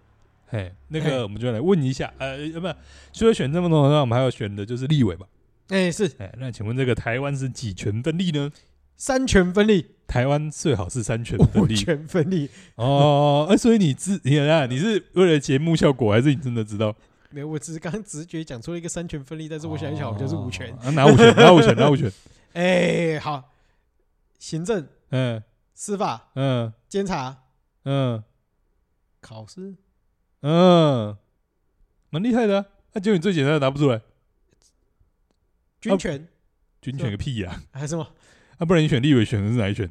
B: 哎，那
A: 嘿
B: 个我们就来问一下，呃，呃不，除了选正副总统，那我们还要选的就是立委吧？
A: 哎是
B: 哎，那请问这个台湾是几权分立呢？
A: 三权分立，
B: 台湾最好是三权分
A: 五
B: 立
A: 权分立。
B: 哦。哎，所以你知你啊，你是为了节目效果，还是你真的知道？
A: 没有，我只是刚直觉讲出了一个三权分立，但是我想一想，好像是五权
B: 哦。，啊哪五权？哪五权？哪五权？
A: 哎，好，行政、
B: 嗯
A: 司法、
B: 嗯
A: 监察、
B: 嗯
A: 考试，
B: 嗯，蛮厉害的啊。那结果你最简单的答不出来，
A: 军权
B: 军选个屁呀！
A: 还是什么
B: 啊，不然你选立委选的是哪一选？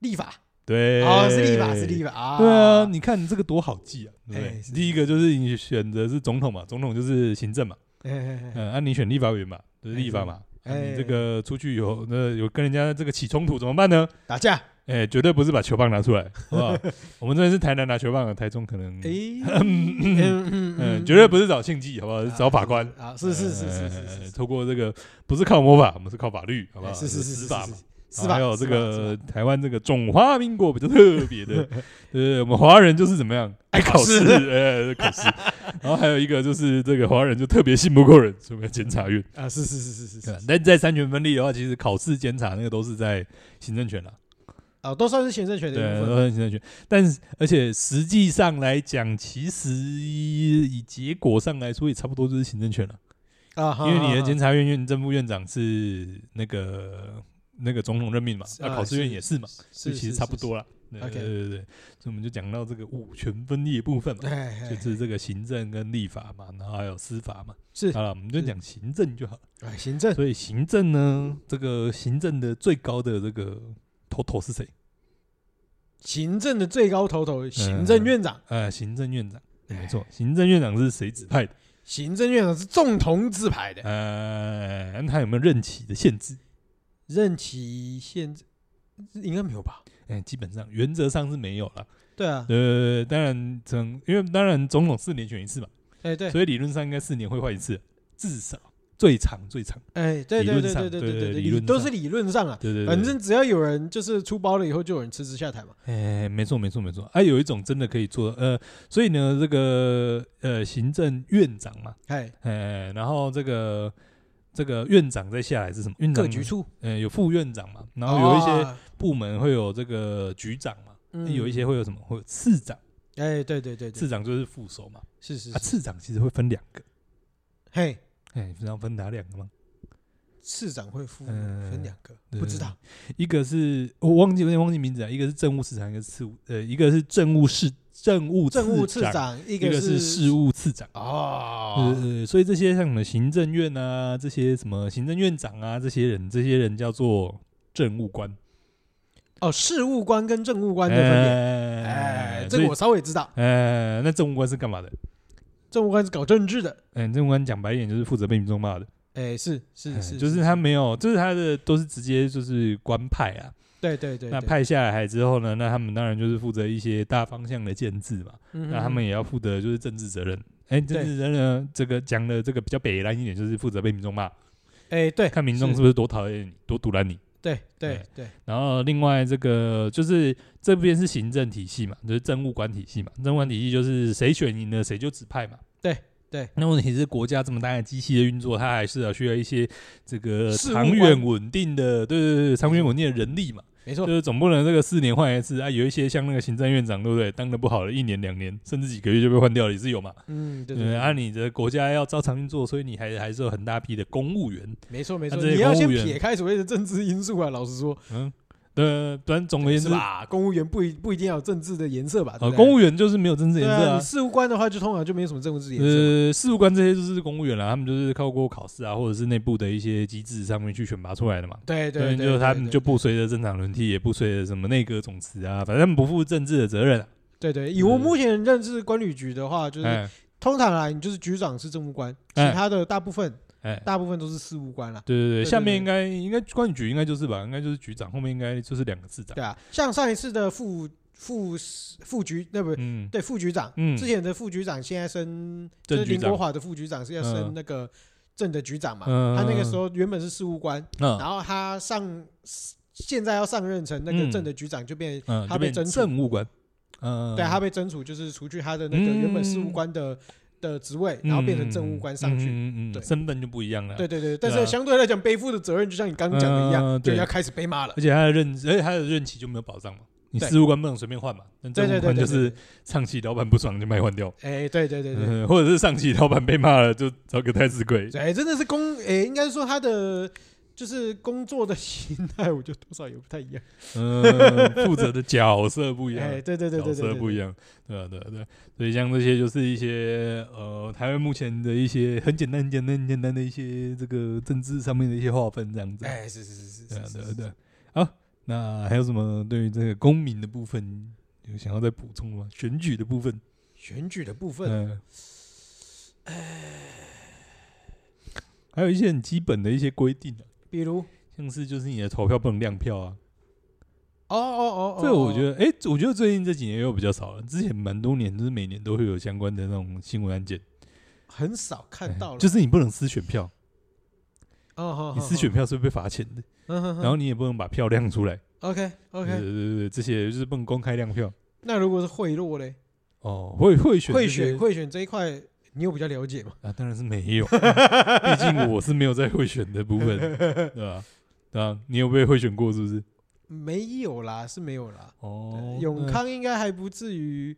A: 立法？
B: 对，
A: 哦，是立法，是立法啊。
B: 对啊，，你看你这个多好记啊，对不
A: 哎
B: 对？
A: 是
B: 第一个就是你选择是总统嘛，总统就是行政嘛，
A: 哎哎哎
B: 嗯，啊，你选立法委员嘛，就是立法嘛。啊、
A: 哎
B: 你这个出去有那有跟人家这个起冲突怎么办呢？
A: 打 [laughs] 架，
B: 哎、绝对不是把球棒拿出来，好不
A: [laughs]
B: 好？我们这边是台南拿球棒的，台中可能，
A: 哎，
B: 嗯、
A: 嗯嗯
B: 绝对不是找庆忌，好不好？是找法官。
A: 啊，是是是是是
B: 呃
A: 是，
B: 透过这个不是靠魔法，我们是靠法律，好不好？
A: 哎是是是
B: 司
A: 是
B: 法
A: 是
B: 嘛，啊哦
A: 是司法
B: 还有这
A: 司
B: 个
A: 法
B: 台湾这个中华民国比较特别
A: [laughs]
B: 的，呃，我们华人就是怎么样爱考试，呃，考试。然后还有一个就是这个华人就特别信不过人，所以我们要监察院。
A: 啊，是是是是是
B: 对吧
A: 是，
B: 但在三权分立的话，其实考试、监察那个都是在行政权啦，
A: 啊，都算是行政权的
B: 对，
A: 一部
B: 都
A: 分。
B: 是行政权。但是而且实际上来讲，其实以结果上来说，也差不多就是行政权了。
A: 啊，哈
B: 因为你的
A: 哈
B: 监察院院正副院长是那个那个总统任命嘛，那、
A: 啊
B: 考试院也是嘛，所
A: 是
B: 以其实差不。多啦。对
A: OK
B: 对对对，所以我们就讲到这个五权分立的部分
A: 是是
B: 嘛，
A: 哎，哎
B: 就是这个行政跟立法嘛，然后还有司法嘛。
A: 是
B: 好了，我们就是讲行政就好了。
A: 哎行政
B: 所以行政呢，这个行政的最高的这个头头是谁？
A: 行政的最高头头，行政院长，
B: 呃，行政院长。
A: 哎
B: 没错，行政院长是谁指派的？
A: 行政院长是重同字牌
B: 哎
A: 的，
B: 呃，那他有没有任期的限制？
A: 任期限制应该没有吧？
B: 哎、基本上原则上是没有啦。
A: 对啊，
B: 呃，当然整，因为当然总统四年选一次嘛，
A: 哎对，
B: 所以理论上应该四年会换一次，至少最长最长。
A: 哎对
B: 理
A: 对
B: 论
A: 对
B: 上
A: 对对
B: 对对
A: 对
B: 理论上
A: 都是理论上啊。
B: 对对对，
A: 反正只要有人就是出包了以后，就有人辞职下台嘛。
B: 哎，没错没错没错。啊，有一种真的可以做，呃，所以呢，这个呃行政院长嘛，
A: 哎，
B: 哎，然后这个这个院长再下来是什么？院长
A: 各局，处，
B: 呃，有副院长嘛，然后有一些
A: 哦
B: 部门会有这个局长嘛，哎
A: 嗯
B: 有一些会有什么？会有次长，
A: 哎，对对对对，
B: 次长就是副手嘛。
A: 是是
B: 啊，
A: 是，
B: 次长其实会分两个，
A: 嘿，
B: 哎，你知道分哪两个吗？
A: 市长会副
B: 嗯
A: 分两个，
B: 对
A: 不知道
B: 一个是我忘记有点忘记名字啊，一个是政务市长，一个是次务呃，一个是政务市政务
A: 政务次
B: 次长，
A: 长，一
B: 一个
A: 是
B: 事务次长。呃
A: 哦，
B: 呃，所以这些像什么行政院啊，这些什么行政院长啊，这些人，这些人叫做政务官。
A: 哦，事务官跟政务官的分别，
B: 哎
A: 哎，这
B: 所以
A: 个我稍微知道，
B: 呃，那政务官是干嘛的？
A: 政务官是搞政治的，
B: 嗯、政务官讲白一点就是负责被民众骂的，
A: 哎，是是
B: 哎
A: 是，
B: 就是他没有，就是他的都是直接就是官派啊。
A: 对对对，
B: 那
A: 对，
B: 派下来之后呢，那他们当然就是负责一些大方向的建制嘛。
A: 嗯
B: 那他们也要负责就是政治责任。哎、政治责任呢，这个讲的这个比较北蓝一点，就是负责被民众骂，
A: 哎对，
B: 看民众是不是多讨厌你，多堵拦你。
A: 对
B: 哎
A: 对对，
B: 然后另外这个就是这边是行政体系嘛，就是政务官体系嘛，政务官体系就是谁选赢了谁就指派嘛。
A: 对对。
B: 那问题是国家这么大的机器的运作，它还是要需要一些这个
A: 事务
B: 长
A: 官
B: 远稳定的，对对对，长远稳定的人力嘛。
A: 没错
B: 就，是总不能这个四年换一次啊，有一些像那个行政院长，对不对？当的不好的，一年、两年，甚至几个月就被换掉了，也是有嘛。
A: 嗯对对
B: 对对，
A: 对，
B: 啊，你的国家要照常运作，所以你还还是有很大批的公务员。
A: 没错没错，
B: 这些
A: 你要
B: 公务
A: 先
B: 员
A: 撇开所谓的政治因素啊，老实说，
B: 嗯，对，不然总而言之
A: 啊是，吧？公务员不一不一定要有政治的颜色吧？
B: 呃，
A: 对不对
B: 公务员就是没有政治
A: 对
B: 颜色
A: 啊，
B: 啊
A: 你。事务官的话就通常就没有什么政治颜色嘛。
B: 呃，事务官这些就是公务员啦，他们就是靠过考试啊，或者是内部的一些机制上面去选拔出来的嘛。
A: 对对对，
B: 就是他
A: 对
B: 们
A: 对
B: 就不随着政党轮替，也不随着什么内阁总辞啊，反正他们不负政治的责任啊。
A: 对对，以我目前认识关旅局的话，就是
B: 哎
A: 通常来你就是局长是政务官，其
B: 哎
A: 他的大部分
B: 哎，
A: 大部分都是事务官啦。
B: 对对对，
A: 对
B: 下面
A: 对
B: 应该应该关于局应该就是吧，应该就是局长，后面应该就是两个市长
A: 对。啊，像上一次的副副副局，那不
B: 嗯，
A: 对，副局长，
B: 嗯
A: 之前的副局长现在升，就是
B: 正局
A: 林
B: 长
A: 国华的副局长是要升
B: 嗯
A: 那个正的局长嘛。
B: 嗯
A: 他那个时候原本是事务官，
B: 嗯
A: 然后他上现在要上任成那个
B: 嗯
A: 正的局长，就变
B: 嗯，
A: 他
B: 就
A: 被
B: 变
A: 整肃
B: 政务官。嗯，
A: 对他被征除，就是除去他的那个原本事务官的的职位，然后变成政务官上去。
B: 嗯嗯嗯嗯嗯
A: 对
B: 嗯，身份就不一样了。
A: 对对对，
B: 对
A: 但
B: 啊
A: 是相对来讲，背负的责任就像你刚刚讲的一样，
B: 嗯
A: 就
B: 对
A: 要开始被骂了。
B: 而且他的任，而且他的任期就没有保障嘛。你
A: 对
B: 事务官不能随便换嘛，但
A: 对
B: 政
A: 对
B: 务
A: 对
B: 官
A: 对，
B: 就是上期老板不爽就卖换掉，
A: 哎，对对对对，
B: 嗯，或者是上期老板被骂了就找个太子鬼。
A: 哎，真的是工，哎，应该是说他的就是工作的心态，我觉得多少也不太一样。
B: 嗯，
A: [laughs]
B: 负责的角色不一样，
A: 哎，对对对
B: 角
A: 对对
B: 色
A: 对，
B: 不一样，对啊，对啊，对啊。所以像这些就是一些呃，台湾目前的一些很简单、很简单、很简单的一些这个政治上面的一些划分，这样子。
A: 哎，是是是是
B: 对啊，
A: 是
B: 对啊
A: 是，
B: 对啊。好，那还有什么对于这个公民的部分有想要再补充的吗？选举的部分，
A: 选举的部分，
B: 嗯，还有一些很基本的一些规定啊，
A: 比如
B: 像是就是你的投票不能亮票啊，
A: 哦哦哦，
B: 这个我觉
A: 得
B: 得，哎、我觉得最近这几年又比较少了，之前蛮多年就是每年都会有相关的那种新闻案件，
A: 很少看到
B: 哎
A: 了，
B: 就是你不能私选票，
A: 哦，
B: 你私选票是会被罚钱的，然
A: 然
B: 后你也不能把票亮出来，
A: OK
B: 对
A: OK，
B: 对对对，这些就是不能公开亮票。
A: 那如果是贿赂嘞？
B: 哦，会会选
A: 贿
B: 这些
A: 选贿选这一块，你有比较了解吗？
B: 啊，当然是没有，嗯毕竟我是没有在会选的部分，对吧、对啊，你有被会选过是不是？
A: 没有啦，是没有啦。
B: 哦，
A: 永
B: 那
A: 康应该还不至于，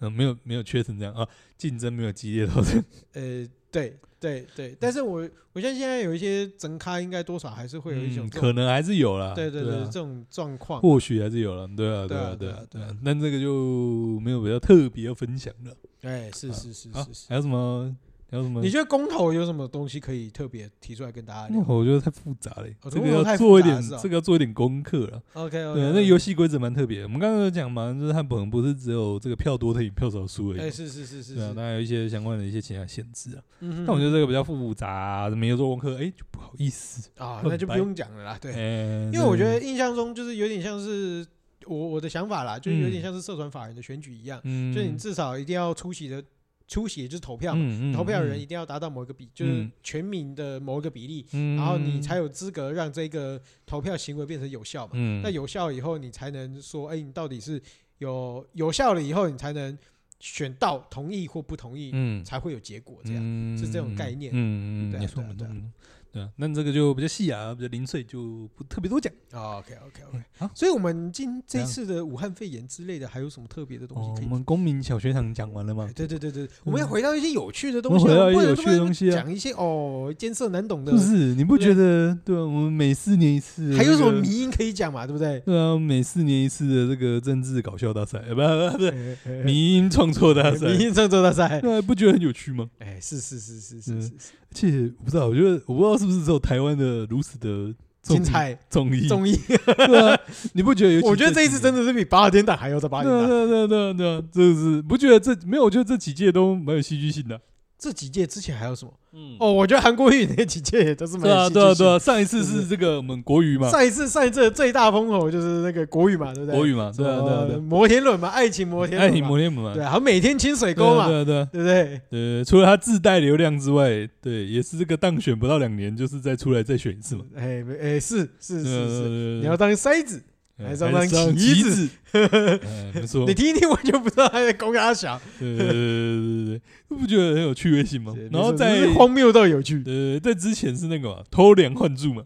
B: 嗯，没有没有缺成这样啊，竞争没有激烈到这样，
A: 呃，对对对。但是我我相信现在有一些整咖，应该多少还是会有一种
B: 嗯
A: 这
B: 可
A: 种，
B: 能还是有啦，
A: 对对
B: 对
A: 对，
B: 啊
A: 这种状况。
B: 或许还是有了，对啊，
A: 对啊
B: 啊，对
A: 对啊
B: 啊，
A: 对啊
B: 啊。但这个就没有比较特别要分享了。
A: 哎，是是是
B: 啊
A: 是，是。
B: 还有什么？还有什么？
A: 你觉得公投有什么东西可以特别提出来跟大家
B: 那
A: 聊
B: 我觉得太复杂了，
A: 哦
B: 这
A: 如
B: 个
A: 果
B: 要
A: 太复
B: 做一
A: 杂
B: 点
A: 是哦，哦
B: 这个要做一点功课了。
A: ？OK
B: 对
A: OK，
B: 啊，那游戏规则蛮特别的。我们刚刚有讲嘛，就是它可能不是只有这个票多的赢票少输而已嘛。
A: 哎，是是是是
B: 对啊，
A: 是。
B: 那还有一些相关的一些其他限制啊。
A: 嗯哼
B: 那我觉得这个比较复杂、没有做功课，哎、就不好意思。
A: 啊，
B: 很
A: 那就不
B: 白
A: 用讲了啦。对，
B: 哎，
A: 因为我觉得，印象中就是有点像是我我的想法啦，就是有点
B: 嗯
A: 像是社团法人的选举一样，
B: 嗯，
A: 就是你至少一定要出席的出席就是投票嘛，
B: 嗯
A: 投票的人一
B: 嗯
A: 定要达到某一个比，就是
B: 嗯
A: 全民的某一个比例，
B: 嗯
A: 然后你才有资格让这个投票行为变成有效嘛。
B: 嗯，
A: 那有效以后，你才能说，哎，你到底是有有效了以后，你才能选到同意或不同意，
B: 嗯
A: 才会有结果这样。
B: 嗯
A: 是这种概念
B: 嗯
A: 对啊
B: 嗯，也说
A: 对啊
B: 不
A: 对啊
B: 懂。对啊，那这个就比较细啊，比较零碎，就不特别多讲。
A: OK OK OK，
B: 嗯好
A: 哦所以我们今这
B: 怎样
A: 次的武汉肺炎之类的，还有什么特别的东
B: 哦
A: 西可，以
B: 我们公民小学堂讲完了吗
A: 哎？对对对对，我们要回到一些有趣的东
B: 我
A: 西啊，
B: 们回到一些
A: 不能
B: 有趣的东西啊
A: 讲一些哦艰涩难懂的
B: 不，是，你不
A: 对
B: 觉得？对啊，我们每四年一次的
A: 还有
B: 这
A: 什么
B: 个？
A: 迷因可以讲嘛？对不对？
B: 对啊，每四年一次的这个政治搞笑大赛，呃不不不是
A: 哎
B: 迷音创作大
A: 哎
B: 赛
A: 迷，因郑州大
B: [laughs]
A: 赛，
B: 对啊，不觉得很有趣吗？
A: 哎，是是是是是
B: 嗯
A: 是是，
B: 而且我不知道，我觉得我不知道是不是只有台湾的如此的综艺
A: 精彩
B: 综艺，
A: 综艺，
B: [laughs] 对啊，你不觉得尤其几年？
A: 我觉得这一次真的是比八号天堂还要再八
B: 对啊。
A: 点档。
B: 对啊对啊对啊对啊，这是不觉得这没有？我觉得这几届都蛮有戏剧性的。啊
A: 这几届之前还有什么？
B: 嗯，
A: 哦，我觉得韩国语那几届也都是蛮
B: 对啊
A: 有戏
B: 对啊
A: 剧
B: 对
A: 性
B: 啊，上一次是这个我们国语嘛
A: 的。，上一次上一次的最大风口就是那个国语嘛，对不对？
B: 国语嘛，对啊对啊对
A: 呃
B: 啊
A: 摩天轮嘛，爱情摩
B: 对
A: 天
B: 啊，爱
A: 轮
B: 情
A: 嘛，
B: 摩天轮嘛，
A: 对
B: 对啊
A: 啊，还有每天清水沟嘛，
B: 对啊对啊。
A: 对不对？
B: 呃，除了他自带流量之外，对，也是这个当选不到两年，就是再出来再选一次嘛。
A: 哎哎，是是是
B: 啊
A: 是，
B: 是
A: 你要当筛子，还是要当棋
B: 棋
A: 子 [laughs]
B: 子？哎没错
A: 你，听一听我就不知道他在攻他小，
B: 对对对对对对，不觉得很有趣味性吗？哦然后在
A: 是荒谬到有趣，
B: 呃，在之前是那个嘛，偷梁换柱嘛，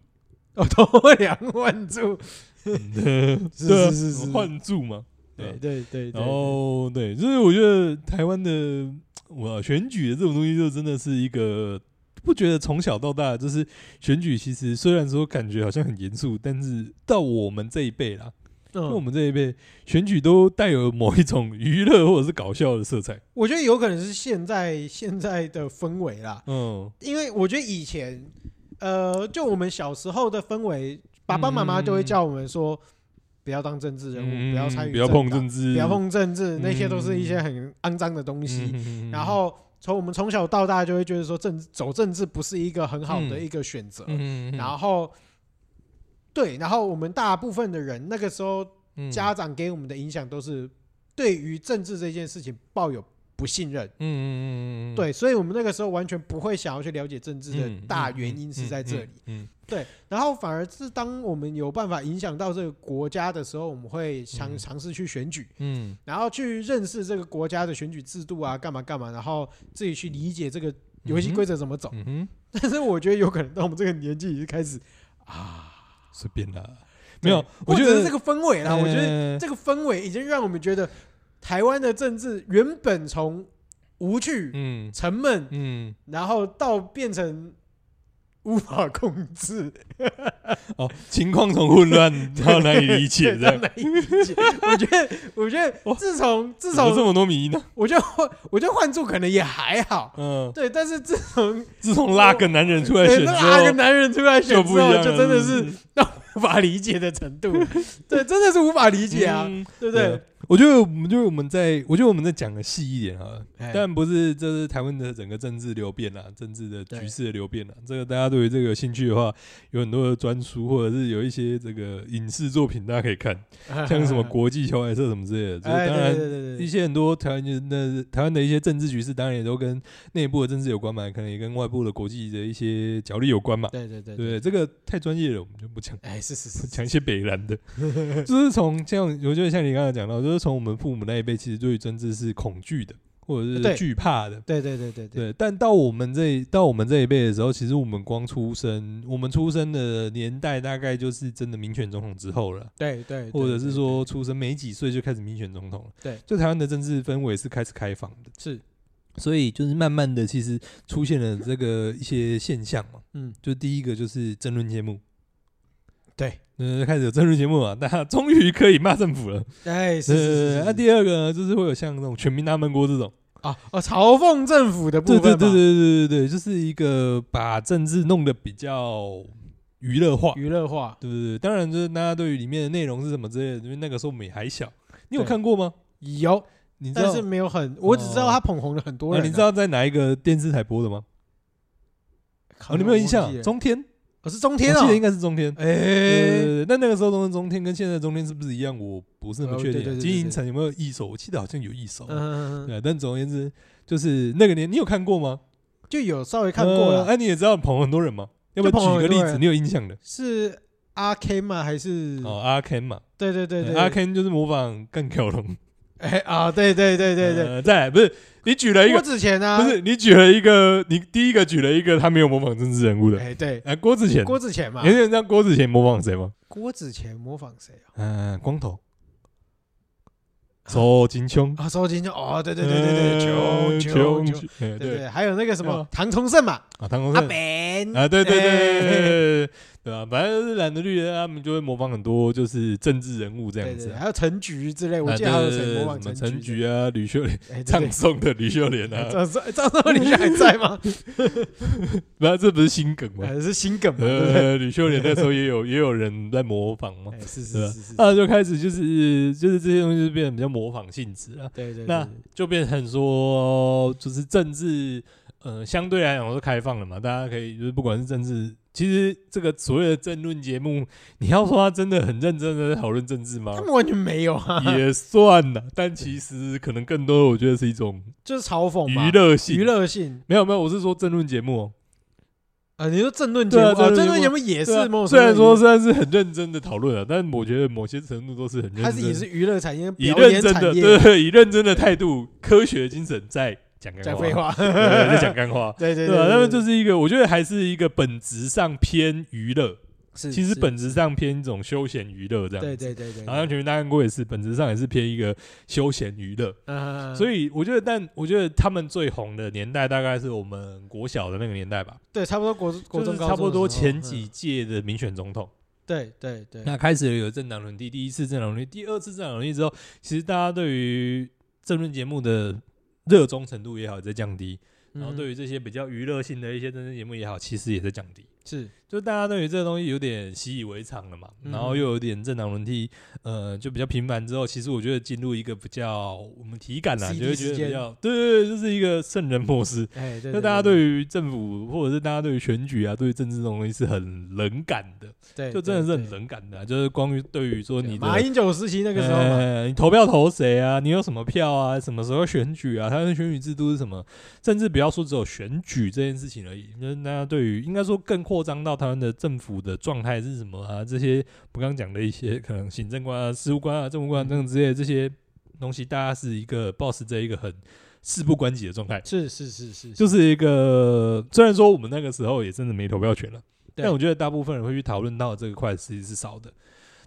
A: 哦，偷梁换柱，
B: 嗯
A: 是
B: 对啊
A: 是是是
B: 换柱嘛，对
A: 对
B: 啊。
A: 对对，对
B: 然后对，就是我觉得台湾的哇选举的这种东西，就真的是一个不觉得从小到大，就是选举其实虽然说感觉好像很严肃，但是到我们这一辈啦，因为我
A: 嗯，
B: 们这一辈选举都带有某一种娱乐或者是搞笑的色彩。
A: 我觉得有可能是现在现在的氛围啦，
B: 嗯，
A: 因为我觉得以前，呃，就我们小时候的氛围，爸爸妈妈
B: 嗯
A: 就会叫我们说，不要当政治人物，不要参与，
B: 不要碰政
A: 治，
B: 治，
A: 不要碰政治，那些都是一些
B: 嗯
A: 很肮脏的东西，
B: 嗯
A: 然后从我们从小到大就会觉得说政走政治不是一个很好的
B: 嗯
A: 一个选择，
B: 嗯，
A: 然后对，然后我们大部分的人那个时候
B: 嗯
A: 家长给我们的影响都是对于政治这件事情抱有不信任，
B: 嗯嗯嗯嗯，
A: 对，所以我们那个时候完全不会想要去了解政治的大原因是在这里，，
B: 嗯
A: 对，然后反而是当我们有办法影响到这个国家的时候，我们会尝
B: 嗯
A: 尝试去选举，
B: 嗯
A: 然后去认识这个国家的选举制度啊，干嘛干嘛，然后自己去理解这个游戏规则怎么走。
B: 嗯哼，
A: 但是我觉得有可能到我们这个年纪已经开始啊，
B: 随便啦，没有，
A: 或
B: 我觉
A: 者是
B: 得嗯
A: 这个氛围啦，我觉得
B: 得
A: 这个氛围已经让我们觉得台湾的政治原本从无趣、
B: 嗯
A: 沉闷，
B: 嗯
A: 然后到变成无法控制。
B: 哦，情况从混乱到难以理解，这
A: 对
B: 样
A: 难以理解。我觉得，我觉得
B: 哇
A: 自从自
B: 怎么这
A: 从，
B: 么多迷呢？
A: 我觉得换，我觉得换住可能也还好。
B: 嗯，
A: 对，但是自从
B: 自从拉个男人出来
A: 对
B: 选
A: 那
B: 之
A: 拉个
B: 后，
A: 男人出来选
B: 就
A: 之
B: 不一样
A: 后，
B: 了，嗯
A: 就真的是无法理解的程
B: [laughs]
A: 度。对，真的是无法理解
B: 嗯
A: 啊，对不对？
B: 我觉得我们就是我们在，我觉得我们再讲的细一点啊，
A: 哎
B: 但不是这是台湾的整个政治流变啊，政治的
A: 对
B: 局势的流变啊。这个大家对于这个有兴趣的话，有很多的专书或者是有一些这个影视作品大家可
A: [laughs]
B: 以看，像什么国际球爱社什么之类的。这
A: 啊哎，
B: 个当
A: 对
B: 然。
A: 对对
B: 一
A: 对
B: 些很多台湾人的台湾的一些政治局势，当然也都跟内部的政治有关嘛，可能也跟外部的国际的一些角力有关嘛。
A: 对对对对，
B: 对不对，这个太专业了，我们就不讲。 [laughs]
A: 哎，是是是，
B: 讲一些北蓝的， [laughs] 就是从像我觉得像你刚才讲到，就是从我们父母那一辈，其实对于政治是恐惧的，或者
A: 对
B: 是惧怕的。
A: 对对对对对
B: 对，但到我们这一到我们这一辈的时候，其实我们光出生，我们出生的年代大概就是真的民选总统之后了，
A: 对对，
B: 或者
A: 对
B: 是说出生没几岁就开始民选总统了。
A: 对，
B: 就台湾的政治氛围是开始开放的，
A: 是
B: 所以就是慢慢的，其实出现了这个一些现象嘛。
A: 嗯，
B: 就第一个就是争论节目，
A: 对，
B: 呃，开始有争论节目嘛，大家终于可以骂政府了。
A: 哎是是
B: 呃，
A: 是
B: 那、
A: 是
B: 第二个呢，就是会有像那种全民大闷锅这种，
A: 啊哦，嘲讽政府的部
B: 对
A: 分
B: 对
A: 嘛
B: 对对对对对，就是一个把政治弄得比较娱乐化，
A: 娱乐化
B: 对对对。当然，就是大家对于里面的内容是什么之类的，因为那个时候我们也还小，你有
A: 对
B: 看过吗？
A: 有，
B: 你知道
A: 但是没有很，我只知道他捧红了很多
B: 啊？
A: 人啊。
B: 你知道在哪一个电视台播的吗？
A: 靠？
B: 哦，你没有印
A: 我忘记
B: 象？
A: 了
B: 中天，
A: 哦，是中
B: 我记
A: 天啊
B: 得，应该是中天。对
A: 哎，
B: 对对，那那个时候的中天跟现在的中天是不是一样？我不是很
A: 呃
B: 确
A: 对对
B: 定
A: 对
B: 啊。
A: 对
B: 金银
A: 对
B: 城有没有一手？我记得好像有一手。
A: 嗯，
B: 对，啊但总而言之，就是那个年，你有看过吗？
A: 就有稍微看过
B: 呃
A: 了，
B: 哎，你也知道捧很多人嘛？要不
A: 就
B: 要
A: 捧很
B: 举个
A: 多
B: 例
A: 人
B: 子？你有印象的？
A: 是阿 K 吗？还是
B: 哦，阿 Ken 嘛，
A: 对嗯对对对
B: 阿 Ken 就是模仿干条龙。
A: 哎啊，对对 [laughs] 对对对，
B: 呃，再来不是你举了一
A: 郭
B: 个，
A: 子乾啊，
B: 不是你举了一个，你第一个举了一个他没有模仿政治人物的，
A: 哎，对，
B: 哎，郭子乾。
A: 郭子乾嘛
B: 你，知道郭子乾模仿谁吗？
A: 郭子乾模仿谁啊？
B: 嗯，光头，手金胸。
A: 啊，周金就哦，对对对对对，
B: 呃
A: 九
B: 穷
A: 九九，
B: 穷，
A: 对
B: 哎对
A: 对，还有那个什
B: 对
A: 么
B: 啊
A: 唐崇盛嘛，
B: 啊，唐国
A: 阿
B: 胜
A: 本
B: 啊，对对对对对
A: 哎 [laughs]
B: 对对对吧？反正就是蓝的绿的，他们就会模仿很多就是政治人物这
A: 对
B: 样
A: 对，
B: 子啊。
A: 还有陈菊之类，我
B: 啊
A: 记得还有
B: 对对
A: 谁
B: 对
A: 模仿
B: 什么
A: 陈
B: 陈
A: 菊
B: 菊啊，吕秀莲
A: 的，哎，对对哎
B: 唱颂的吕秀莲啊，
A: 赵赵 [laughs] 赵少林还在
B: [laughs]
A: 吗？
B: 不，这不是新梗
A: [laughs]
B: 吗？
A: 呃，是新梗嘛？对不对？
B: 呃，吕秀莲那时候也有 [laughs] 也有人在模仿嘛，
A: 哎，是
B: 对啊
A: 是
B: 呃吧
A: 是是，
B: 那就开始就是就是这些东西就变得比较模仿性质啊，
A: 对对。
B: 那
A: 对
B: 就变成说，就是政治，呃，相对来讲是开放了嘛，大家可以就是不管是政治，其实这个所谓的政论节目，你要说他真的很认真的在讨论政治吗
A: 他？们完全没有 [laughs] 啊，
B: 也算了，但其实可能更多，的我觉得是一种
A: 就是嘲讽嘛
B: 娱乐性。
A: 娱乐性
B: 没有没有，我是说政论节目、哦，
A: 啊。你说政论节目，
B: 对啊
A: 哦政
B: 政论节目
A: 论节目也
B: 对啊
A: 是某种
B: 虽然
A: 程度
B: 说虽然是很认真的讨论啊，但我觉得某些程度都是很认真的，
A: 它是也是娱乐产业、
B: 以
A: 表
B: 认
A: 演
B: 真的
A: 产业
B: 对对以认真的态度、科学精神在讲干
A: 讲废，话，
B: [laughs] 对对在讲干话。
A: 对 [laughs] 对
B: 对啊，那么就是是一个，我觉得还是一个本质上偏娱乐，
A: 是
B: 其实
A: 是
B: 本质上偏一种休闲娱乐这样。
A: 对对对对，
B: 然后像《全民大干锅》也是，本质上也是偏一个休闲娱乐。
A: 嗯，
B: 所
A: 以
B: 以我觉得，但我觉得他们最红的年代大概是我们国小的那个年代吧，
A: 对，差不多国国
B: 就
A: 中
B: 是
A: 高
B: 差不
A: 中
B: 多
A: 的时候
B: 前几，
A: 嗯
B: 届的民选总统。
A: 对对对，
B: 那开始有政党轮替，第一次政党轮替，第二次政党轮替之后，其实大家对于政论节目的热衷程度也好也在降低，然后
A: 嗯
B: 对于这些比较娱乐性的一些政治节目也好，其实也在降低。
A: 是
B: 就大家对于这个东西有点习以为常了嘛，
A: 嗯
B: 然后又有点政党轮替，呃，就比较频繁之后，其实我觉得进入一个比较我们体感啦，
A: CD
B: 就会觉得
A: 时
B: 比
A: 间
B: 较对对对，就是一个圣人模式。
A: 哎，对，
B: 那大家对于政府或者是大家对于选举啊，对于政治这种东西是很冷感的，
A: 对，
B: 就真的是
A: 对
B: 很。冷感的啊、就是关于对于说
A: 对
B: 你的
A: 马英九时期那个时候嘛，
B: 呃，你投票投谁啊？你有什么票啊？什么时候选举啊？他的选举制度是什么？甚至不要说只有选举这件事情而已，就是大家对于应该说更扩张到台湾的政府的状态是什么啊？这些我刚刚讲的一些可能行政官啊、事务官啊、政务官
A: 嗯
B: 啊等等之类的这些东西，大家是一个保持着一个很事不关己的状态。
A: 是是是是，
B: 就是一个，虽然说我们那个时候也真的没投票权了，
A: 对
B: 但我觉得大部分人会去讨论到这个块其实是少的。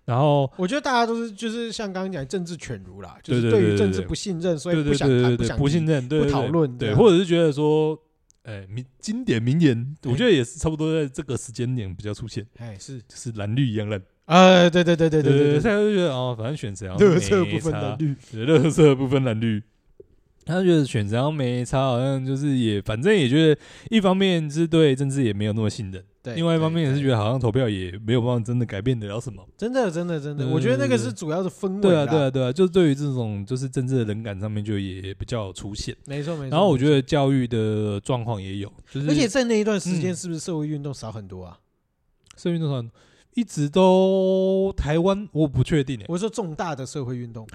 B: 然后
A: 我觉得大家都是就是像刚刚讲政治犬儒啦，就
B: 对
A: 是
B: 对
A: 于
B: 对
A: 政
B: 对
A: 治不信任，所
B: 对
A: 以
B: 对
A: 不想
B: 对
A: 谈
B: 对对
A: 想
B: 不信
A: 提
B: 任，对
A: 不
B: 对
A: 讨
B: 对
A: 论这
B: 对，啊
A: 样
B: 或者是觉得说，呃，名经典名言，我
A: 哎
B: 觉得也是差不多在这个时间点比较出现，
A: 哎是
B: 就是蓝绿一样蓝，
A: 呃对对对对
B: 对
A: 对
B: 现在就觉得哦，反正选谁啊，
A: 对，色不分
B: 蓝
A: 蓝，绿，
B: 对乐色不分蓝绿。他觉得选谁要没差，好像就是也反正也觉得，一方面是对政治也没有那么信任，
A: 对，
B: 另外一方面也是觉
A: 得
B: 得好像投票也没有办法真的改变得了什么。
A: 真的真的真的，
B: 对
A: 我觉得那个
B: 对
A: 是主要的氛围
B: 对啊，对
A: 啦，
B: 啊，对啊，就是对于这种就是政治的冷感上面就也比较有出现。
A: 没错没错。
B: 然后我
A: 没
B: 觉得教育的状况也有，就是
A: 错，而且在那一段时间
B: 嗯
A: 是不是社会运动少很多啊？
B: 社运动上一直都台湾，我不确定诶、欸
A: 我说重大的社会运动，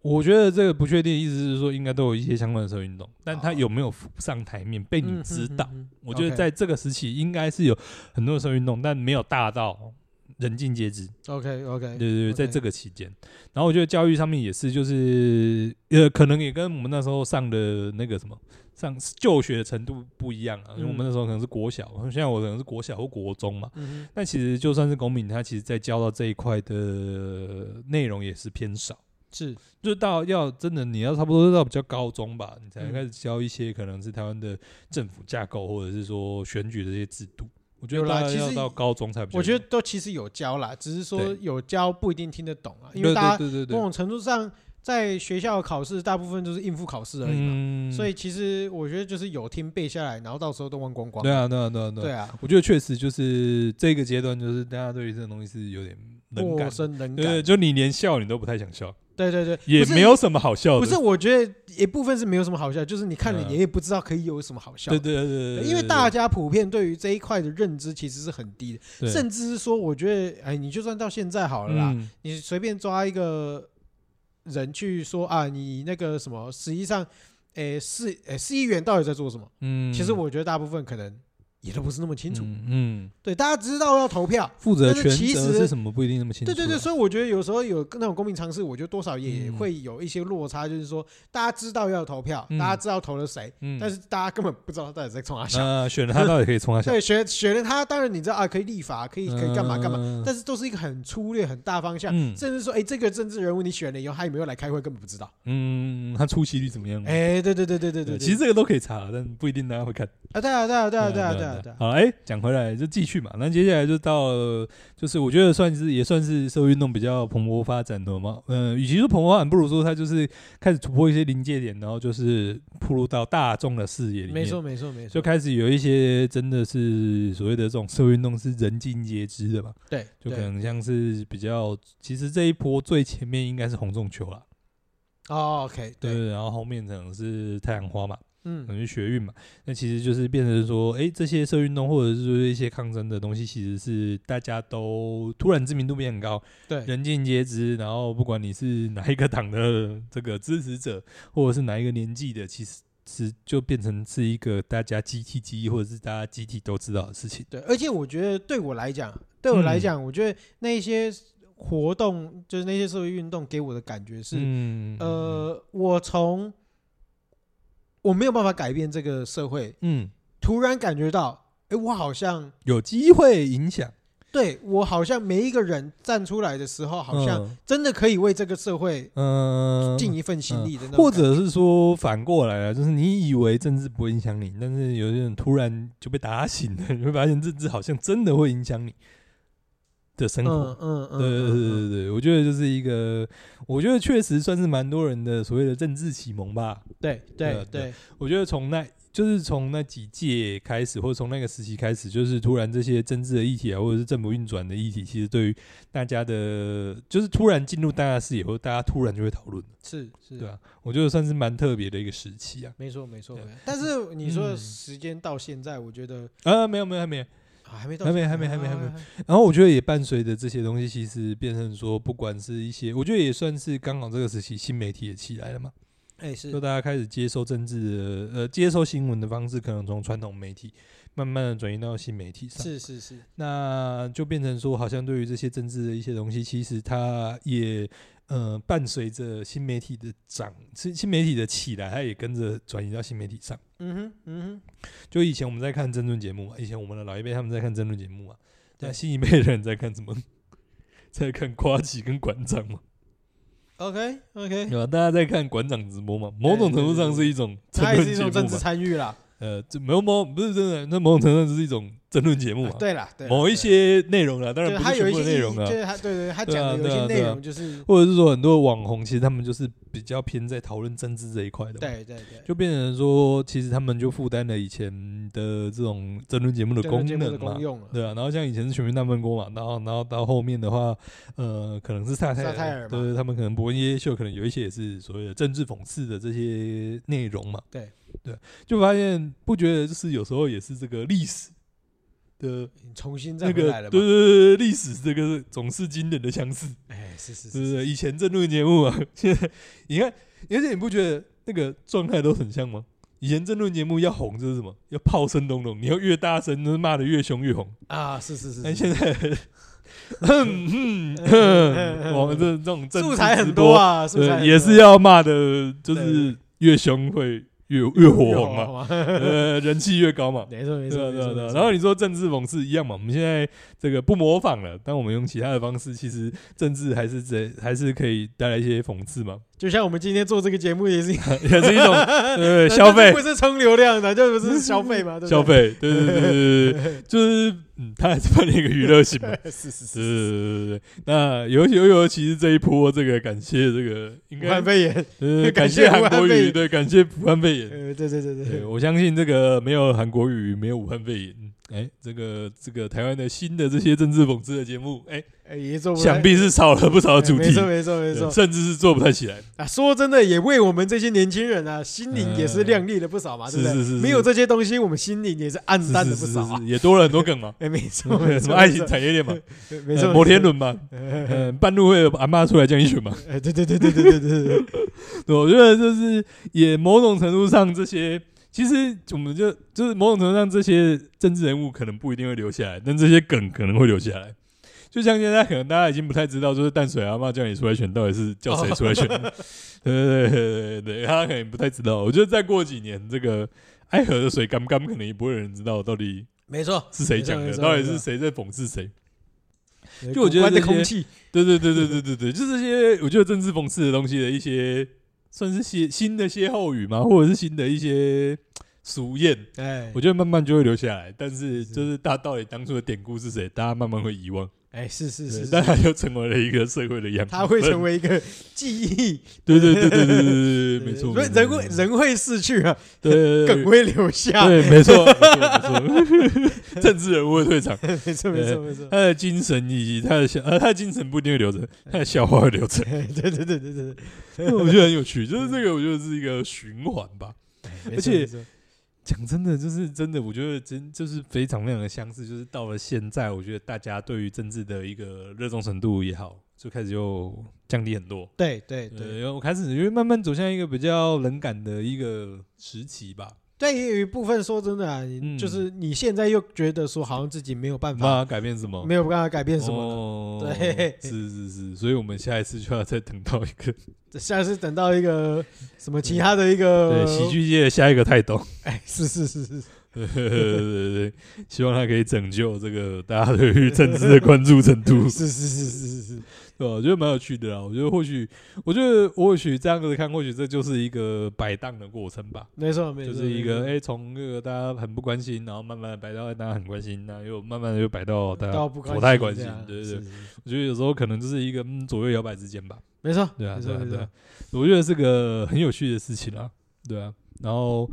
B: 我觉得这个不确定，意思是说应该都有一些相关的社运动，但它
A: 哦
B: 有没有浮上台面被你
A: 嗯
B: 知
A: 哼
B: 道？
A: 哼哼
B: 我觉得
A: OK
B: 在这个时期应该是有很多的社运动，但没有大到人尽皆知。
A: OK OK，
B: 对对对，在
A: 哎 OK
B: 这个期间，然后我觉得教育上面也是，就是呃，可能也跟我们那时候上的那个什么上就学的程度不一样啊，因为我
A: 嗯
B: 们那时候可能是国小，现在我可能是国小或国中嘛。
A: 嗯哼
B: 但其实就算是公民，他其实在教到这一块的内容也是偏少，
A: 是
B: 就到要真的你要差不多到比较高中吧，你才
A: 嗯
B: 开始教一些可能是台湾的政府架构或者是说选举的这些制度。我觉
A: 有
B: 得
A: 啦
B: 大概
A: 其
B: 要
A: 实
B: 到高中才比较有，
A: 我觉得都其实有教啦，只是说
B: 对
A: 有教不一定听得懂啊，因
B: 对
A: 为大家
B: 对对对
A: 某
B: 对，
A: 种程度上在学校考试大部分都是应付考试而已嘛，
B: 嗯
A: 所以其实我觉得就是有听背下来，然后到时候都忘光光。
B: 对啊，对啊，对啊，对啊。
A: 对啊，
B: 我觉得确实就是这个阶段，就是大家对于这种东西是有点冷感
A: 陌
B: 的，
A: 生冷
B: 对，
A: 感，
B: 就你连笑你都不太想笑，
A: 对对对，
B: 也
A: 不是
B: 没有什么好笑的。
A: 不是，我觉得一部分是没有什么好笑，就是你看了
B: 嗯
A: 你也不知道可以有什么好笑
B: 对，
A: 的。
B: 对对对对，
A: 因为大家普遍对于这一块的认知其实是很低的，
B: 对
A: 甚至是说，我觉得，哎，你就算到现在好了啦，
B: 嗯
A: 你随便抓一个人去说啊，你那个什么，实际上，诶，市诶市议员到底在做什么？
B: 嗯
A: 其实我觉得大部分可能也都不是那么清楚。
B: 嗯嗯，
A: 对，大家知道要投票，
B: 负责
A: 但是
B: 权
A: 其
B: 责
A: 实
B: 是什么不一定那么清楚
A: 对
B: 啊。
A: 对对，所以我觉得有时候有那种公民常识，我觉得多少也
B: 嗯
A: 会有一些落差，就是说大家知道要投票，
B: 嗯
A: 大家知道投了谁，
B: 嗯，
A: 但是大家根本不知道他到底在冲啥笑。
B: 那选了他到底可以冲他笑，
A: 对，选选了他，当然你知道啊，可以立法，可以可以干嘛干嘛，
B: 嘛
A: 但是都是一个很粗略、很大方向，
B: 嗯
A: 甚至说，哎，这个政治人物你选了以后，他有没有来开会，根本不知道。
B: 嗯，他出席率怎么样？
A: 哎，对对对对对对，
B: 其实这个都可以查，但不一定大家会看。
A: 啊，对啊对啊对
B: 嗯
A: 啊对啊对啊对啊，
B: 好了，哎，讲回来就继续嘛。那接下来就到，呃就是我觉得算是也算是社会运动比较蓬勃发展的嘛。嗯、与其说蓬勃发展，不如说它就是开始突破一些临界点，然后就是铺入到大众的视野里面。
A: 没错没错没
B: 就
A: 错，
B: 开始有一些真的是所谓的这种社会运动是人尽皆知的嘛，
A: 对，
B: 就可
A: 对
B: 能像是比较，其实这一波最前面应该是红中球啦，
A: 哦，OK，
B: 对，
A: 对，
B: 然后后面可能是太阳花嘛，可
A: 嗯，
B: 能是学运嘛，那其实就是变成说，哎、这些社运动或者是说一些抗争的东西，其实是大家都突然知名度变很高，
A: 对，
B: 人尽皆知。然后不管你是哪一个党的这个支持者，或者是哪一个年纪的，其实是就变成是一个大家集体记忆，或者是大家集体都知道的事情。
A: 对，而且我觉得对我来讲，对我来
B: 嗯
A: 讲，我觉得那一些活动，就是那些社会运动给我的感觉是，
B: 嗯，
A: 呃，我从我没有办法改变这个社会，
B: 嗯，
A: 突然感觉到，哎，我好像
B: 有机会影响，
A: 对我好像每一个人站出来的时候，好像
B: 嗯
A: 真的可以为这个社会
B: 嗯
A: 尽一份心力的那种
B: 或
A: 感觉，
B: 者是说反过来啊，就是你以为政治不会影响你，但是有些人突然就被打醒了， [laughs] 你会发现政治好像真的会影响你的生活
A: 嗯。嗯嗯，
B: 对对对
A: 嗯嗯
B: 对对，我觉得就是一个，我觉得确实算是蛮多人的所谓的政治启蒙吧。
A: 对
B: 对
A: 对
B: 对
A: 对，
B: 我觉得从那就是从那几届开始，或者从那个时期开始，就是突然这些政治的议题啊，或者是政府运转的议题，其实对于大家的，就是突然进入大家视野，或者大家突然就会讨论，
A: 是是，
B: 对啊，我觉得算是蛮特别的一个时期啊。
A: 没错没错
B: 对。
A: 但是你说
B: 嗯
A: 的时间到现在，我觉得
B: 啊，没有没有还没有。
A: 啊还没到
B: 还
A: 现
B: 没
A: 在，
B: 还没还没还没
A: 啊，
B: 然后我觉得也伴随着这些东西，其实变成说，不管是一些，我觉得也算是刚好这个时期新媒体也起来了嘛，
A: 哎
B: 就是大家开始接受政治的呃接受新闻的方式，可能从传统媒体慢慢的转移到新媒体上。
A: 是是是，
B: 那就变成说，好像对于这些政治的一些东西，其实它也呃伴随着新媒体的涨，新新媒体的起来，它也跟着转移到新媒体上。
A: 嗯哼嗯
B: 就以前我们在看争论节目嘛，以前我们的老一辈他们在看争论节目嘛，
A: 对
B: 那新一辈的人在看什么？在看瓜吉跟馆长嘛，
A: 哼，OK OK，
B: 对吧？大家在看馆长直播嘛，某种程度上是一种争
A: 它也
B: 论
A: 是一
B: 节
A: 种政
B: 目
A: 治
B: 嘛，
A: 参与啦。
B: 呃，这没有某不是真的，那某种程度上是一种争论节目
A: 啊
B: 嘛，
A: 对啦，对啦，
B: 某一
A: 对
B: 些内容啦，当然
A: 就
B: 不
A: 他
B: 是
A: 有
B: 全
A: 一
B: 部
A: 些
B: 的内容
A: 意义就
B: 啦，
A: 是他对对，他
B: 对
A: 讲的
B: 啊
A: 有
B: 对
A: 一
B: 啊
A: 些
B: 对
A: 内
B: 啊
A: 容就是
B: 或者是说很多网红其实他们就是比较偏在讨论政治这一块的嘛，
A: 对对对，
B: 就变成说其实他们就负担了以前的这种争论节目的
A: 这个
B: 功
A: 节目
B: 能
A: 的
B: 嘛
A: 功，用了。
B: 对啊，然后像以前是全民大闷锅嘛，然后然后到后面的话，呃，可能是萨泰
A: 萨泰尔嘛
B: 对，他们可能伯恩耶秀，可能有一些也是所谓的政治讽刺的这些内容嘛，
A: 对
B: 对，就发现不觉得就是有时候也是这个历史的
A: 你重新再
B: 那
A: 回
B: 个
A: 来了嘛？
B: 对对对对历史这个总是惊人的相似，
A: 哎，是是
B: 对
A: 是
B: 对对，以前政论节目啊，现在你看，而且你不觉得那个状态都很像吗？以前政论节目要红就是什么？要炮声隆隆，你要越大声，就是骂的越凶越红。
A: 啊，是是是
B: 但
A: 是，
B: 现在，嗯嗯嗯，我们这这种政治
A: 素材
B: 直
A: 很
B: 播
A: 多，啊，素材
B: 对，
A: 很
B: 也是
A: 多
B: 要骂的，就
A: 对
B: 是越凶会越越火
A: 越
B: 红嘛，
A: 嘛。
B: 呃，人气越高嘛。
A: 没错没
B: 对啊
A: 错
B: 对啊
A: 没
B: 对啊
A: 错，
B: 然后你说政治讽刺一样嘛？我们现在这个不模仿了，但我们用其他的方式，其实政治还是这还是可以带来一些讽刺嘛，
A: 就像我们今天做这个节目也是，
B: 也是一种对消费
A: 这不是冲流量的，这不是消费嘛？对不对
B: 消费，对对对对对对，就是嗯，它还是扮演一个娱乐性嘛。
A: 是是是是，
B: 是，对对对那尤其尤尤其是这一波，这个感谢这个应
A: 武
B: 该
A: 汉
B: [laughs]
A: 肺炎，
B: 呃感
A: [laughs] 感
B: 谢
A: 谢
B: 韩国
A: 武汉肺
B: 语，
A: 炎
B: 对，感谢武汉肺炎。
A: 呃，对对对对
B: 对，
A: 对，
B: 我相信这个没有韩国语，没有武汉肺炎，嗯哎，这个这个台湾的新的这些政治讽刺的节目，哎，
A: 哎也做不太
B: 想必是少了不少
A: 哎
B: 主
A: 没
B: 题，
A: 错没错没
B: 对
A: 错
B: 甚至是做不太起来。
A: 啊！说真的，也为我们这些年轻人啊，心灵也是亮丽了不少嘛，
B: 嗯
A: 对不对？
B: 是是是是
A: 没有这些东西，我们心灵也是暗
B: 是
A: [laughs] 淡了
B: 是
A: 不
B: 是
A: 少啊
B: 是，。也多了很多梗嘛
A: [laughs] ，哎，没错，没
B: [laughs] 什
A: 错
B: 么爱情，产业链嘛，
A: 没错，
B: 呃 [laughs] 摩天
A: 没错，
B: 轮嘛，
A: 哎，
B: 嗯，半路会有阿妈出来叫你选嘛。
A: [laughs] 哎对对对对对对对
B: [laughs]
A: 对，
B: 对，我觉得就是也某种程度上，这些其实我们就就是某种程度上，这些政治人物可能不一定会留下来，但这些梗可能会留下来。就像现在，可能大家已经不太知道，就是淡水阿妈叫你出来选，到底是叫谁出来选？
A: 哦
B: [laughs] 对对对对对，大家可能不太知道。我觉得再过几年，这个爱河的水干不干，可能也不会有人知道到底
A: 没错，
B: 是谁讲的
A: 没，错
B: 到底
A: 没错
B: 是谁在讽刺谁。
A: 就
B: 我觉得
A: 的
B: 这些
A: 空气，
B: 对对对对对对对，就这些，我觉得政治讽刺的东西的一些，算是歇新的歇后语嘛，或者是新的一些俗谚，
A: 哎
B: 我觉得慢慢就会留下来。但是
A: 是
B: 就是大到底当初的典故是谁，大家慢慢会遗忘，
A: 哎，是是
B: 对
A: 是，
B: 但
A: 是
B: 它就成为了一个社会的样子。
A: 它会成为一个记忆，
B: 对对对对对对对对，没错，
A: 所以
B: 没错
A: 人会人会逝去啊，
B: 对
A: 梗会留下，
B: 对，没错没错没错，政治人物会退场，
A: [laughs] 没错没错没错，
B: 他的精神以及他的笑，呃，他的精神不一定会留着，他的笑话会留着。
A: 哎 [laughs] 对对对对对对，
B: [laughs] 我觉得很有趣，就是
A: 嗯
B: 这个，我觉得是一个循环吧。
A: 没
B: 而
A: 错
B: 且
A: 没错
B: 讲真的，就是真的，我觉得真就是非常非常的相似。就是到了现在，我觉得大家对于政治的一个热衷程度也好，就开始又降低很多。
A: 对对对
B: 对，。然后我开始因为慢慢走向一个比较冷感的一个时期吧，
A: 对于有一部分说真的啊，你
B: 嗯
A: 就是你现在又觉得说好像自己没有办
B: 没办
A: 法，
B: 法改变什么，
A: 没有办法改变什么了。
B: 么
A: 对
B: 是是是，所以我们下一次就要再等到一个
A: 下次等到一个什么其他的一个
B: 对喜，剧界的下一个泰斗。
A: 哎， [laughs] 是是是是，
B: [laughs] 对对对对，希望他可以拯救这个大家对于政治的关注程度。
A: [laughs] 是是是是是是，
B: 对啊、我觉得蛮有趣的啦。我觉得或许，我觉得或许这样子看，或许这就是一个摆荡的过程吧，
A: 没错没
B: 就
A: 错，
B: 是一个
A: 没
B: 哎，从这个大家很不关心，然后慢慢地摆到大家很关心，那又慢慢的又摆到大
A: 错
B: 家
A: 到不
B: 哎不太关
A: 心
B: 心
A: 这样，，
B: 对
A: 是
B: 对对。
A: 是是
B: 我觉得有时候可能就是一个嗯左右摇摆之间吧，
A: 没错，
B: 对啊
A: 没
B: 对
A: 错
B: 啊
A: 没
B: 对啊
A: 错，，
B: [laughs] 我觉得是个很有趣的事情啊。对啊，然后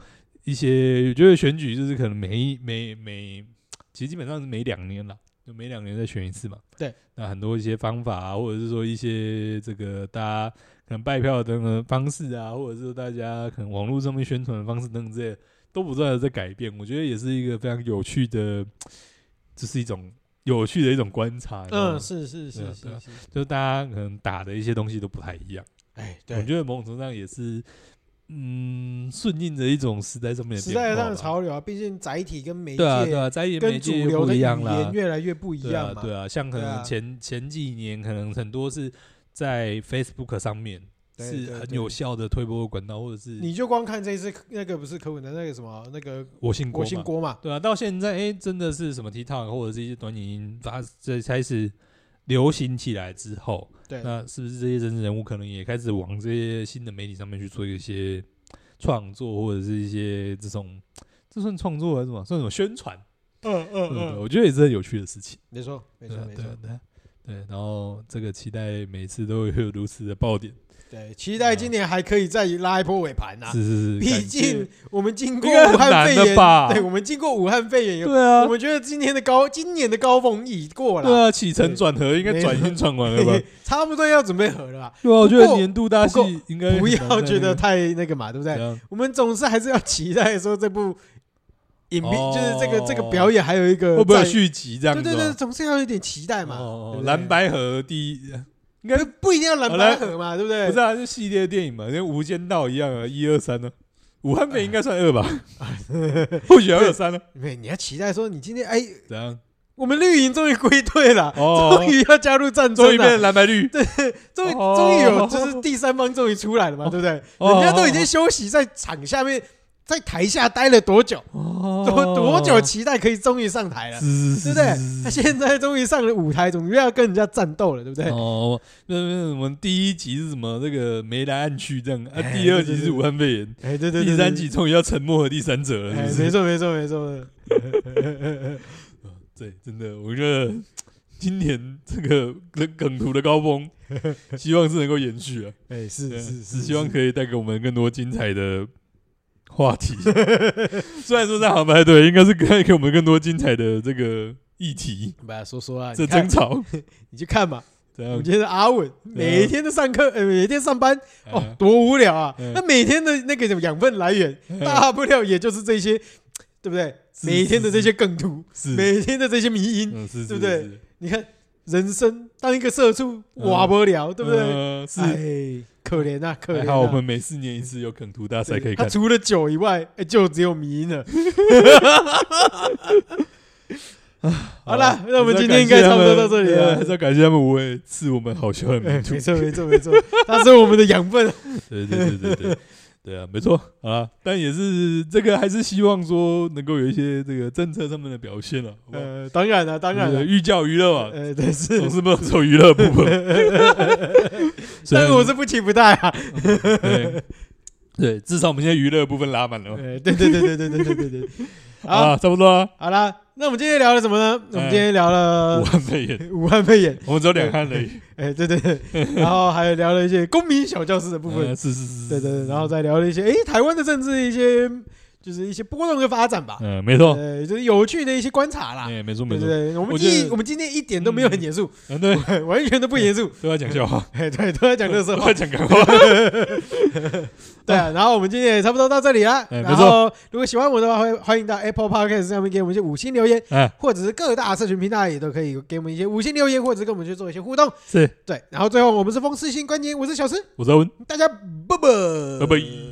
B: 一些我觉得选举就是可能每一每每，其实基本上是每两年了，就每两年再选一次嘛。
A: 对，
B: 那很多一些方法啊，或者是说一些这个大家可能拜票等等方式啊，或者是大家可能网络上面宣传的方式等等这些，都不断的在改变。我觉得也是一个非常有趣的，这、是一种有趣的一种观察。你知道吗
A: 嗯，是是
B: 对
A: 是
B: 啊对
A: 是
B: 啊
A: 是，
B: 就是大家可能打的一些东西都不太一样。
A: 哎，
B: 我
A: 对，
B: 觉得某种程度上也是，嗯，顺应着一种时代上面的
A: 时代
B: 变化
A: 上的
B: 吧
A: 潮流啊，毕竟载体跟媒
B: 对啊，对
A: 介
B: 啊，在也媒
A: 跟主
B: 介又
A: 流
B: 不
A: 的
B: 一
A: 语
B: 样啦
A: 言，越来越不一
B: 对啊
A: 样，嘛。
B: 对啊，像可
A: 对
B: 能
A: 啊
B: 前、前几年可能很多是在 Facebook 上面
A: 对
B: 是
A: 对
B: 很
A: 对
B: 有效的推波管道，或者是
A: 你就光看这一次那个不是柯文的那个什么那个
B: 我姓郭
A: 国
B: 嘛
A: 姓郭嘛，
B: 对啊，到现在哎、诶真的是什么 TikTok 或者是一些短影音发这开始流行起来之后，
A: 对
B: 那是不是这些人人物可能也开始往这些新的媒体上面去做一些创作，或者是一些这种这算创作还是什么？算什么宣传？
A: 嗯嗯
B: 对对对，
A: 嗯，
B: 我觉得也是很有趣的事情。
A: 没错没错
B: 对啊
A: 没
B: 对
A: 错
B: 啊，对啊对，然后这个期待每次都有如此的爆
A: [laughs]
B: 点，
A: 对，期待今年还可以再拉一波尾盘呐。
B: 是是是，
A: 啊毕
B: 感谢
A: 竟我们经过
B: 应该很
A: 武汉
B: 难
A: 肺
B: 的
A: 炎，
B: 吧
A: 对我们经过武汉肺炎以后，
B: 对啊
A: 我，们觉得今天的高今年的高峰已过
B: 对
A: 了，
B: 啊，起承
A: 对
B: 转合应该
A: 没
B: 转
A: 错
B: 阴转完了
A: [laughs]
B: 吧？
A: 差不多要准备合了啦。
B: 对啊，我觉得
A: 过
B: 年度大
A: 不
B: 戏
A: 过
B: 应该
A: 不
B: 很难
A: 要
B: 在
A: 觉
B: 那
A: 得
B: 个
A: 太那个嘛，对不
B: 怎
A: 对？
B: 样
A: 我们总是还是要期待说这部影片
B: 哦
A: 就是这个这个表演还有一个
B: 会不会有
A: 在
B: 续集这样子
A: 对
B: 哦？
A: 对对，总是要有一点期待嘛。
B: 哦
A: 对
B: 哦
A: 不对
B: 蓝白河第一应该
A: 不不一定要蓝白
B: 哦蓝
A: 河嘛，对不对？
B: 不是啊，就系列电影嘛，跟《无间道》一样啊，一二三呢。武汉
A: 哎
B: 肺炎应该算
A: [laughs]
B: 二吧，或许还有三呢。
A: 没有，你要期待说你今天哎，
B: 怎样？
A: 我们绿营终于归队了，
B: 哦
A: 终，于要加入战
B: 终
A: 争
B: 于变
A: 了，
B: 成蓝白
A: [laughs]
B: 绿，
A: 终于
B: 哦
A: 终于有就是第三方终于出来了嘛，对不对？人
B: 哦
A: 家都已经休息在场下面，在台下待了多久？多
B: 多
A: 多久期待可以终于上台了，对
B: 对
A: 不对？他现在终于上了舞台，总于要跟人家战斗了，对不对？
B: 哦，那那我们第一集是什么？那个眉来暗去这样啊，
A: 哎
B: 第二集
A: 对对
B: 是武汉肺炎，
A: 哎，对对对，
B: 第
A: 对
B: 三集，终于要沉默的第三者了，
A: 哎，
B: 是不
A: 没
B: 是？
A: 错没错没错，
B: 对，真的，我觉得今年这个梗梗图的高
A: [laughs]
B: 峰，希望是能够延续啊。
A: 哎，是
B: 对
A: 是
B: 只
A: 是，
B: 希望可以带给我们更多精彩的话
A: [laughs]
B: 题。虽然说在航拍队应该是带给我们更多精彩的这个议题，
A: 把说说啊，
B: 这
A: 你
B: 争嗯
A: 看
B: 吵
A: 你去看嘛，
B: [laughs] 这
A: 我
B: 样
A: 们今天的阿稳每一天都上课，呃，每一天上班，
B: 哎
A: 哦，多无聊啊！
B: 嗯
A: 那每天的那个什么养分来源，大不了也就是这些，对不对？
B: 哎是
A: 每天的这些梗图，
B: 是，
A: 每天的这些迷音，
B: 嗯是，
A: 对不对？你看人生当一个社畜，
B: 嗯
A: 哇不了，对不对？
B: 对？呃是，
A: 哎，可怜啊，可
B: 还
A: 怜
B: 好我
A: 啊！
B: 们每四年一次有梗图
A: 对
B: 大赛可以
A: 他
B: 看。
A: 除了酒以外，哎，就只有迷
B: [laughs]
A: 音了。好啦那我们今天应该差不多到这里了
B: 啊还是要感谢他们无畏赐我们好笑的
A: 哎 [laughs]
B: 民族
A: 没。错，没错，没错，他是我们的养
B: [laughs]
A: 分。
B: 对对对对对，对啊，没错啊，但也是这个还是希望说能够有一些这个政策上面的表现了、好不好
A: 呃，当然了，当然
B: 对
A: 了，
B: 寓教于乐嘛，
A: 呃，对是
B: 总，是不能走娱乐部
A: [laughs]
B: 分。虽
A: 但
B: 然
A: 我是不期不待
B: [laughs]
A: 啊。
B: 对对，至少我们现在娱乐部分拉满了嘛
A: 呃，对对对对对对对对
B: [laughs]
A: 对。好，
B: 啊，差不多啊。
A: 好啦，那我们今天聊了什么呢？我们今天聊了
B: 哎武汉肺炎，
A: [laughs] 武汉肺炎，
B: 我们只有两汉而已。
A: 哎，对对
B: [laughs]
A: 对，然后还有聊了一些公民小教室的部分
B: 嗯，是是是，
A: 对对对，然后
B: 再
A: 再聊了一些，哎，台湾的政治一些就是一些波动跟发展吧，
B: 嗯，没错，
A: 呃，就是有趣的一些观察啦。
B: 哎，没错没
A: 对
B: 错
A: 对，对，我们
B: 我觉
A: 一
B: 得
A: 我们今天一点都没有很严肃，
B: 嗯对，
A: [laughs] 完全都不严肃，
B: 都要讲笑话，
A: 哎， [laughs] 对，都在讲乐色
B: 都 [laughs]
A: 话
B: 要。讲干话。
A: [laughs] 对啊，然后我们今天也差不多到这里了。
B: 哎没
A: 然后，如果喜欢我的话，欢欢迎到 Apple Podcast 上面给我们一些五星留言，
B: 哎，
A: 或者是各大社群平台也都可以给我们一些五星留言，或者是跟我们去做一些互动。
B: 是，
A: 对，然后最后我们是风湿性关节炎，我是小石，
B: 我是阿文，
A: 大家啵啵
B: 拜拜。